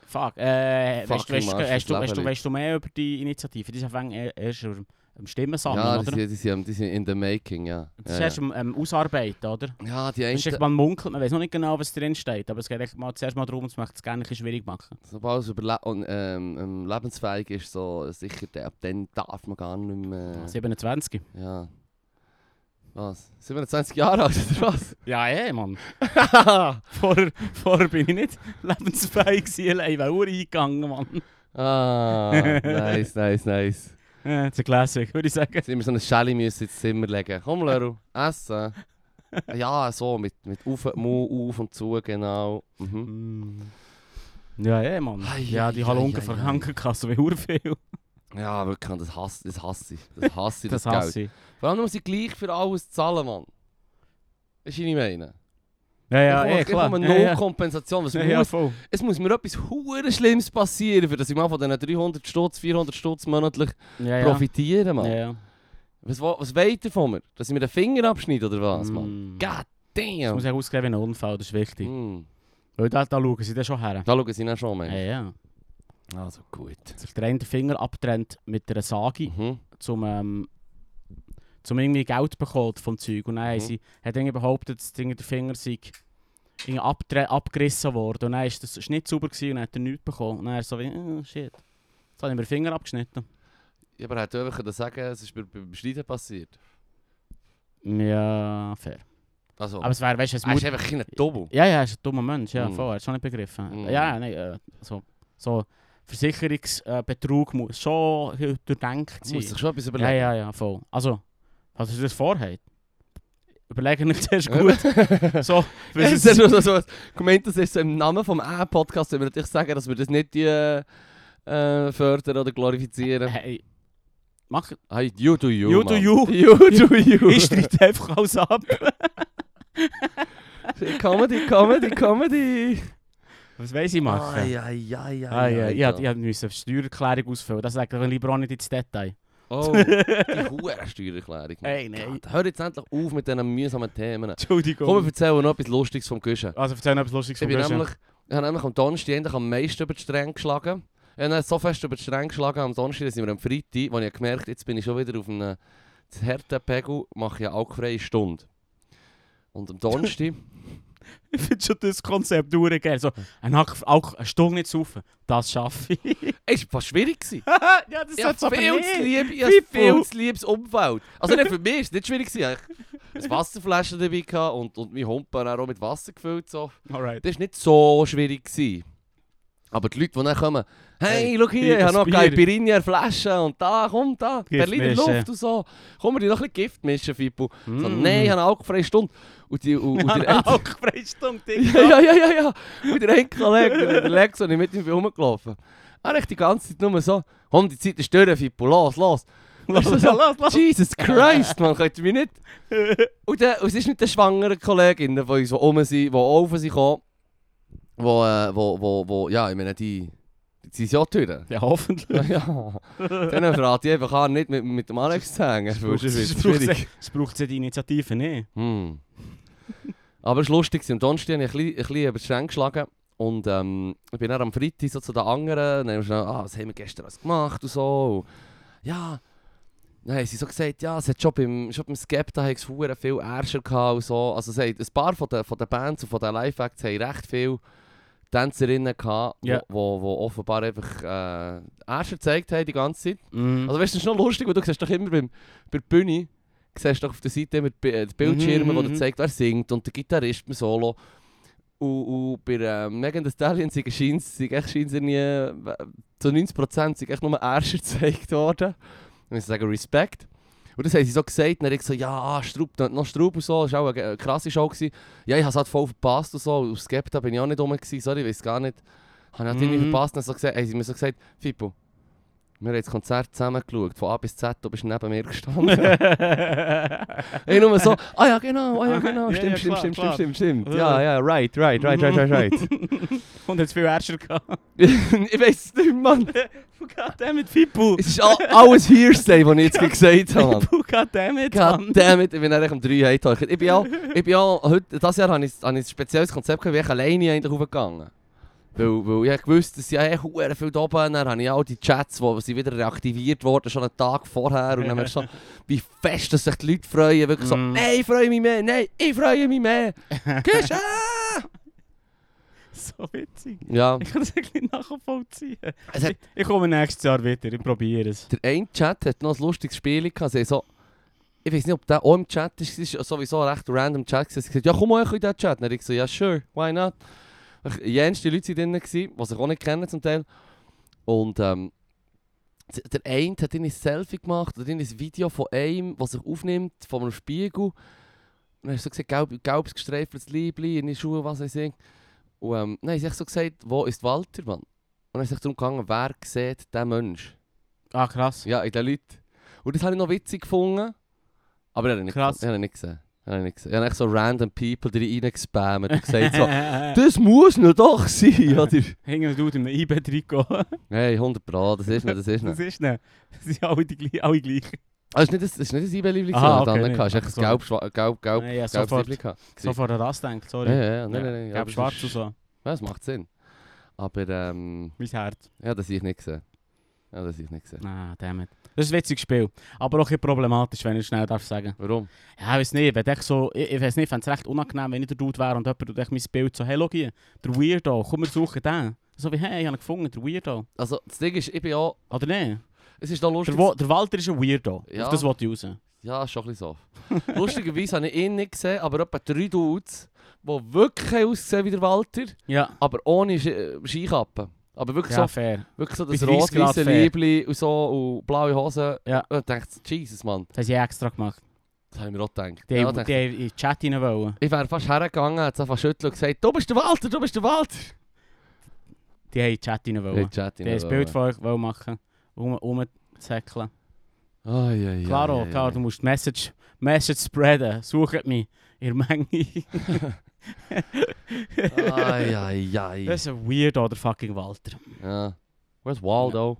Fuck. Äh, weißt, du-
Fucking
weißt, du-
Marsch
weißt, du,
fürs
weißt, du,
Leben.
weißt du mehr über die Initiative? Die ist am Anfang erst am am Stimmen sammeln,
ja, die,
oder?
sind- die, sind, die sind in the making, ja.
Das ist
ja,
erst am am Ausarbeiten, oder?
ja. ja, die
Das ist echt,
einen...
man munkelt, man weiß noch nicht genau, was drin steht, aber es geht echt mal zuerst mal darum, es möchte es gerne ein bisschen schwierig machen.
Sobald es überle und, ähm, ähm, lebensfähig ist, so sicher, ab dann darf man gar nicht
Ah,
mehr...
27.
Ja. Was? 27 Jahre alt
[LAUGHS]
oder was?
Ja, eh, Mann. vorher, vorher bin ich nicht lebensfähig gewesen, allein weil Uhr eingegangen, Mann.
ah, nice, nice, nice.
Ja, das ist ein Classic, würde ich sagen.
Jetzt immer so eine Schelle müssen ins Zimmer legen. Komm, Leru, essen. Ja, so, mit, mit auf, Mu auf und zu, genau. Mhm.
Mm. Ja, eh, Mann.
Ei,
ja, die
ei, ei,
Halunken
ei,
verhangen kassen wie Uhr viel.
Ja, wirklich, das hasse, das hasse ich. Das hasse ich, das,
Das
Geld.
hasse ich.
Vor allem muss ich gleich für alles zahlen, Mann. Weisst du, was ich meine?
Ja, ja,
ich
eh,
ich
klar.
komme
Ja, ja.
Null-Kompensation. Was
Ja, ja,
muss,
voll.
es muss mir etwas hure Schlimmes passieren, für dass ich mal von diesen 300 Stutz, 400 Stutz monatlich
Ja, ja.
profitieren, Mann.
Ja, ja.
Was, wo- was wollt ihr von mir? Dass ich mir den Finger abschneide, oder was, Mann?
Mm.
God
Das muss
damn!
ich ausgeben wie ein Unfall, das ist wichtig.
Mm.
Weil da, da schauen sie dann schon her.
Da schauen sie ihn schon,
Ja,
Mensch.
ja.
Also gut.
Sich der eine den Finger abtrennt mit einer Sage.
Mhm.
zum, ähm, zum irgendwie Geld bekommen vom Zeug. Und dann haben
Mhm.
sie, hat irgendwie behauptet, dass irgendwie der Finger sei irgendwie abdre- abgerissen worden. Und dann ist das ist nicht sauber gewesen und dann hat er nichts bekommen. Und dann ist er so wie, oh, shit. Jetzt habe ich mir den Finger abgeschnitten.
Ja, aber hätte einfach können sagen, es ist bei- beim Schneiden passiert.
Ja, fair.
Also,
Aber es wäre, weißt du, es
er ist
muss...
einfach kein Double.
Ja, ja, er ist ein dummer Mensch. Ja,
Mhm.
voll, er hat schon nicht begriffen.
Mhm.
Ja, nein, äh, so, so Versicherungsbetrug muss schon durchdenkt
Du
sein.
musst dich schon etwas
Ja,
überlegen.
ja, ja, voll. Also, was ihr das vorhabt, überlegt euch [LAUGHS] zuerst gut.
[LAUGHS] gut.
So,
Das
weil
ist
es
ja nur so, so, Moment, das ist so im Namen vom äh, A-Podcast, wenn wir natürlich sagen, dass wir das nicht äh, äh, fördern oder glorifizieren.
Hey, mach,
Hey, you do you,
You do
Mann.
you.
[LAUGHS] You do you.
ich streite einfach alles ab.
Comedy, Comedy, Comedy.
Was weiß ich machen?
ai, ai,
Ah, ja, ich hab- ich hab müssen eine Steuererklärung ausfüllen. Das sagt ich lieber auch nicht ins Detail.
[LAUGHS] Oh, die hure Steuererklärung. Mann.
[LAUGHS] Hey, nein.
Gott, Hör jetzt endlich auf mit diesen mühsamen Themen.
Entschuldigung.
Komm, wir erzählen noch etwas Lustiges vom Guschen.
also erzähl noch etwas Lustiges
Ich
von
bin
Böschen. [LAUGHS]
nämlich, ich habe nämlich am Donnerstag endlich am meisten über die Stränge geschlagen. Ich habe so fest über die Stränge geschlagen am Donnerstag, dass ich mir am Freitag, wo ich gemerkt habe, jetzt bin ich schon wieder auf einem zu harten Pegel, mache ich eine alkoholfreie Stunde. Und am Donnerstag,
Ich finde schon das Konzept durchgeil. So, ein Hack, auch eine Stunde nicht saufen, das schaffe ich.
[LAUGHS] es war fast schwierig. gewesen.
ja, das
Ich habe
aber
viel
nicht.
zu lieb, ich habe
Wie
viel
viel?
zu liebes Umfeld. Also nicht für mich, es war nicht schwierig. gewesen. Ich hatte Wasserflaschen dabei gehabt und, und mein Humpen dann auch mit Wasser gefüllt. So.
Alright.
Das war nicht so schwierig. Gewesen. Aber die Leute, die dann kommen, hey,
Hey,
schau hier,
hier
ich habe noch
ein
eine
Bier.
Birinier Flasche und da, komm da, Berliner
mischen.
Luft und so. Komm, wir die noch ein bisschen Gift mischen, Fippo. So,
Mm.
nein,
[LAUGHS]
ich habe eine alkoholfreie Stunde. Und, die, und, und [LAUGHS] der eine-
Alkoholfreie [LAUGHS] Stunde,
ja, ja, ja, ja, ja. Und der eine Kollege, der- der Lex, und ich mit ihm rumgelaufen. Er hat die ganze Zeit nur so, komm, die Zeit ist durch, Fippo, los, los.
Lass,
Weißt du,
lass,
so,
lass, lass.
[LAUGHS] Jesus Christ, man, könnt ihr mich nicht... Und, der, und es ist nicht der schwangere Kollegin von uns, die oben sind, die auf sie kommen. Wo, äh, wo, wo, wo, ja, ich meine, die... Die sind ja Türen.
[LAUGHS] Ja, hoffentlich.
ja. Dann verrate ich einfach an, nicht mit, mit dem Alex zu hängen.
Es
weil
braucht-
sonst wird's
es braucht-
schwierig.
Es braucht die Initiative nicht.
Hm. Aber es war lustig. gewesen. Am Donnerstag habe ich ein bisschen, ein bisschen über die Schränke geschlagen. Und ähm, ich bin dann am Freitag so zu den anderen. Und dann haben wir schnell, ah, was haben wir gestern alles gemacht und so. Und, ja. Dann haben sie so gesagt, ja, es hat schon beim, schon beim Skepta hat's verdammt viel Ärger gehabt und so. Also es hat ein paar von den, von den Bands und von den Live-Acts haben recht viele Tänzerinnen gehabt, die
Ja.
wo, wo offenbar einfach
Mm. Mhm.
äh, Ärger gezeigt haben die ganze Zeit. Also weißt du, das ist noch lustig, weil du siehst doch immer beim, bei der Bühne, siehst du doch auf der Seite immer die Bi- äh, die Bildschirme,
Mhm,
wo
mhm,
du
mhm.
zeigt, wer singt und der Gitarrist im Solo. Und, und bei ähm, Megan Thee Stallion sind scheint es irgendwie äh, zu 90% sind echt nur Ärscher [LAUGHS] gezeigt worden. Und ich sage Respekt. Und das haben sie so gesagt, und dann habe ich so, ja, ah, Straub, noch Straub und so, das war auch eine äh, krasse Show. Gewesen. Ja, ich habe es halt voll verpasst und so, auf Skepta bin ich auch nicht rum, gewesen, sorry, ich weiß gar nicht. Habe ich halt irgendwie
Mhm.
verpasst, und dann so gesagt, haben sie mir so gesagt, Fippo, wir haben das Konzert zusammen geschaut, von A bis Z, du bist neben mir gestanden. [LAUGHS] ich nur
[LAUGHS]
so, ah ja genau, ah ja genau,
Ja,
stimmt,
ja,
stimmt,
klar,
stimmt,
klar.
stimmt, stimmt, stimmt. Ja, ja, right, right, right, right, right,
[LAUGHS]
right. [LAUGHS]
Und jetzt viel Ärscher gehabt.
ich weiß es nicht, Mann.
[LAUGHS] Goddammit, Fippo!
Es ist all, alles Hearsay, was ich jetzt gesagt habe, Mann.
Fippo, goddammit, [LAUGHS] Mann!
Goddammit, ich bin eigentlich um 3 heimgetaucht. Ich bin auch, ich bin auch heute, dieses Jahr habe ich, habe ich ein spezielles Konzept gehabt, wie ich alleine eigentlich hochgegangen weil, weil ich gewusst dass ich eh verdammt viel da oben Dann habe ich auch die Chats, die sind wieder reaktiviert worden, schon einen Tag vorher. Und dann merkst du so, wie fest dass sich die Leute freuen. Wirklich so,
Mm.
nein, ich freue mich mehr, nein, ich freue mich mehr. Gehst
So witzig.
Ja,
Ich kann das eigentlich nachvollziehen.
es hat,
Ich komme nächstes Jahr wieder, ich probiere es.
der eine Chat hat noch ein lustiges Spiel gehabt. Sie haben so, ich weiß nicht, ob der auch im Chat war, es war sowieso ein recht random Chat. gewesen. Sie haben gesagt, ja komm mal in diesen Chat. Dann habe ich gesagt, ja sure, why not. Ich- Jens, die Leute waren drin, gewesen, die sich auch nicht kennen zum Teil. Und ähm, z- der eine hat ihnen ein Selfie gemacht oder ihnen ein Video von einem, was sich aufnimmt, von einem Spiegel. Und dann hast du so gesagt, gelb, gelbes gestreifeltes Liebli in die Schuhe, was weiß ich. Und ähm, dann haben sie echt so gesagt, wo ist Walter, Mann? Und dann ist es darum gegangen, wer sieht diesen Mensch?
Ah, krass.
Ja, in den Leuten. Und das habe ich noch witzig gefunden. Aber den habe ich nicht,
Krass.
gefunden. den habe ich nicht gesehen. Den habe ich nicht gesehen. Ich habe echt so random people die reingespammt und gesagt so, [LAUGHS]
[LAUGHS]
das muss nur doch sein, oder?
Hängen du in einem iPad
[LAUGHS]
reingehen.
Hey, 100 Pro, das ist nicht, das
[LAUGHS]
ist
Das
nicht.
ist nicht. Das sind alle, nou? die, gleich- alle gleich.
Ah, Das ist nicht das, das ist nicht ein Eibeli-Liebling, das
Aha,
ich da
okay,
drin
nicht.
hatte. Das ist echt
Ach,
ein gelb, schwa- gelb, gelb,
Nein, ja,
gelbes
sofort.
Liebling. gehabt.
Sofort an das denkt,
Ja,
sorry.
ja, ja, nein, nein, nein.
Ich
aber
habe
das
schwarz
ist-
und so.
Ja, das macht Sinn. Aber, ähm,
Mein Herz.
ja, das habe ich nicht gesehen. Ja, das habe ich nicht gesehen.
Ah, damit. Das ist ein witziges Spiel. Aber auch ein bisschen problematisch, wenn ich schnell darf sagen.
Warum?
Ja, ich weiß nicht, wenn ich so, ich, ich weiß nicht, fände es recht unangenehm, wenn ich der Dude wäre und jemand durch mein Bild so, hey, schau hier, der Weirdo, komm, wir suchen den. So wie, hey, ich habe ihn gefunden, der Weirdo.
Also, das Ding ist, ich bin auch,
Oder ne?
es ist da lustig.
Der, Wo- der Walter ist ein Weirdo.
Ja.
Auf das wollte ich raus.
Ja, ist schon ein bisschen so. [LAUGHS] Lustigerweise habe ich ihn nicht gesehen, aber etwa drei Dudes, die wirklich haben ausgesehen wie der Walter,
Ja.
aber ohne Ski- äh, Skikappe. Aber wirklich,
Ja,
so,
fair.
wirklich so
Bis
das
30 Grad
rot-weiße
fair.
Liebli und so und blaue Hosen.
Ja.
Und ich dachte, Jesus Mann,
Das haben sie extra gemacht.
das habe ich mir auch gedacht.
Die,
Ja, ich
haben- die nou
dachte,
haben in den Chat rein wollen.
ich wäre fast hergegangen, hätte es einfach schüttelt und gesagt, du bist der Walter, du bist der Walter.
Die haben in den Chat rein wollen.
Ich Chat nou
Die haben ein Bild von euch wollen machen. Um, rumzäckeln.
Oh, ja, ja,
Klaro,
ja,
klar,
ja.
du musst die Message, Message spreaden. Sucht mich in der Menge. [LAUGHS]
Ai, ai, ai.
Das ist ein Weirdo, der fucking Walter.
Ja. Where's Waldo?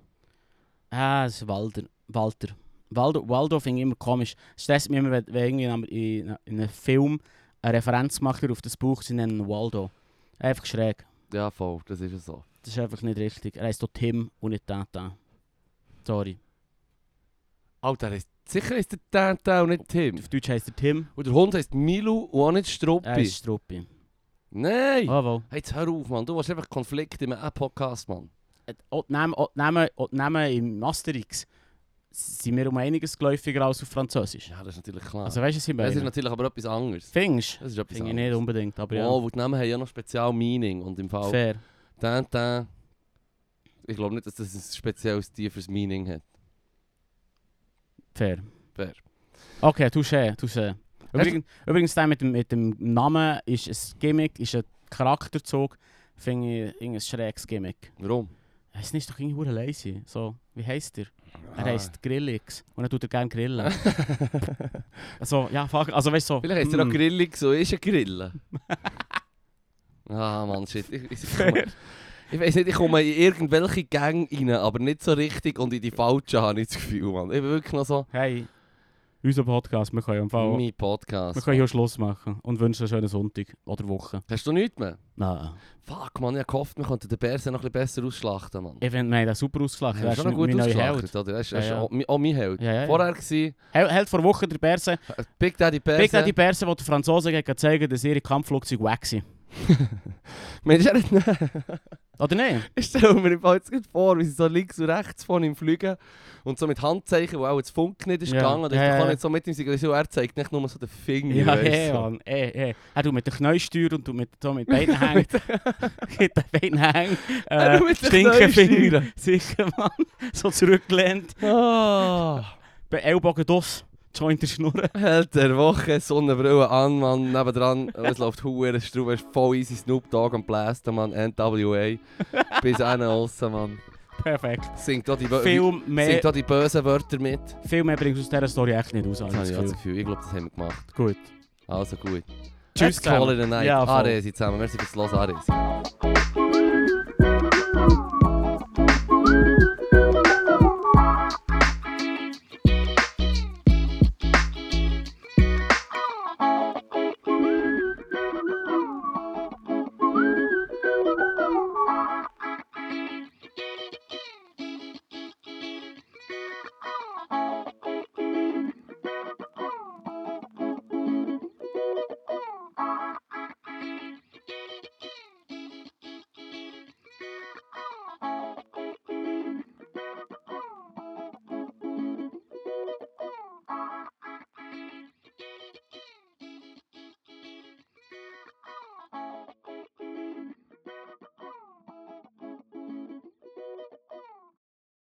Ah, es ist Walter. Walter. Waldo, Waldo finde ich immer komisch. Es stresst mich immer, wenn, wenn irgendwie in, einem- in einem Film eine Referenz macht auf das Buch, sie nennen ihn Waldo. Einfach schräg.
Ja, voll, das ist ja so.
Das ist einfach nicht richtig. Er heißt auch Tim und nicht Tata. Sorry.
Alter, ist, sicher ist der Tante und nicht Tim.
Auf Deutsch heißt er Tim,
Und der Hund heisst Milu und auch nicht Struppi.
er ist Struppi.
Nein!
Oh, wohl.
Hey, jetzt hör auf, Mann. Du hast einfach Konflikte im Podcast, Mann.
Äh, Auch die Namen- auch die Namen- auch die Namen im Asterix sind mir um einiges geläufiger als auf Französisch.
Ja, das ist natürlich klar.
Also weißt du, was ich
das ist
meine?
natürlich aber etwas anderes.
Fingst?
Das ist etwas
Finde ich nicht
anderes.
unbedingt, aber ja.
Oh, weil die Namen haben ja noch speziell Meaning. Und im Fall...
Fair.
Tintin... Ich glaube nicht, dass das ein spezielles tiefes Meaning hat.
Fair.
Fair.
Okay, touché, touché. Übrigens, übrigens der mit dem, mit dem Namen ist ein Gimmick, ist ein Charakterzug. Finde ich irgendein schräges Gimmick.
Warum?
Er ist nicht doch irgendwie hure lazy. So, wie heisst er? Er
Ah.
heisst Grillix. Und er tut er gerne
[LAUGHS]
grillen. also, ja, fuck. Also, weißt du, so.
Vielleicht heisst er auch
mm.
Grillig, so ist
[LAUGHS]
er Grille. ah, Mann, shit. Ich, ich, ich, komme- ich weiß nicht, ich komme in irgendwelche Gänge rein, aber nicht so richtig und in die falschen habe ich das Gefühl, Mann. Ich bin wirklich noch so...
Hey, unser Podcast, wir können, im Fall,
Mein
wir
Podcast.
können hier Schluss machen. Und wünschen einen schönen Sonntag oder Woche.
Hast du nichts mehr?
Nein.
Fuck, Mann, ich hab gehofft, wir könnten den Bärse noch ein bisschen besser ausschlachten, Mann.
Ich finde, wir haben den super ausgeschlagen.
Ja,
Das ist
schon
mein
noch gut
mein neuer Held.
ausgeschlachtet, oder? Das ist,
Ja,
das ist
ja.
auch, mein- auch mein Held.
Ja, ja, ja.
Vorher war
Hel- Held vor Wochen der Berse.
Big Daddy Bärse.
Big Daddy Persen, die den Franzosen gegen zeigen, dass ihre Kampfflugzeuge wack sind.
Mensch, er hat nicht.
Oder nein?
[LAUGHS] Ich stelle mir im Fall jetzt gerade vor, wie sie so links und rechts von ihm fliegen und so mit Handzeichen, wo auch jetzt Funk nicht ist
Ja.
gegangen, oder
Ja,
ich kann
ja.
nicht so mit ihm sagen, so, er zeigt nicht nur so den Finger.
Ja,
weißt
hey,
du.
Mann. Hey, hey. Er tut mit den Knäuel steuern und du mit, so mit beiden Hängen. [LAUGHS] mit den beiden Hängen.
Er tut
Äh,
mit den Knäuel
Stinkefinger. [LAUGHS] Sicher, Mann. So zurückgelehnt.
Ah,
Bei Ellbogen dos. Joint der [LAUGHS] Schnurren.
hält der Woche Sonnenbrille an, Mann, nebendran, oh, es läuft Huren, Strube ist voll easy Snoop Dogg am Blästen, Mann, NWA, bis einen aussen, Mann.
Perfekt.
Singt auch die, Wö-
Viel
singt
mehr,
auch die bösen Wörter mit.
viel mehr bringst du aus dieser Story echt nicht raus.
Das habe
Alles
ich auch das
gut.
Gefühl, ich glaube, das haben wir gemacht.
gut.
Also gut.
Tschüss
Let's call
zusammen.
it a night.
Ja, voll.
Aresi zusammen, merci fürs Los, Aresi.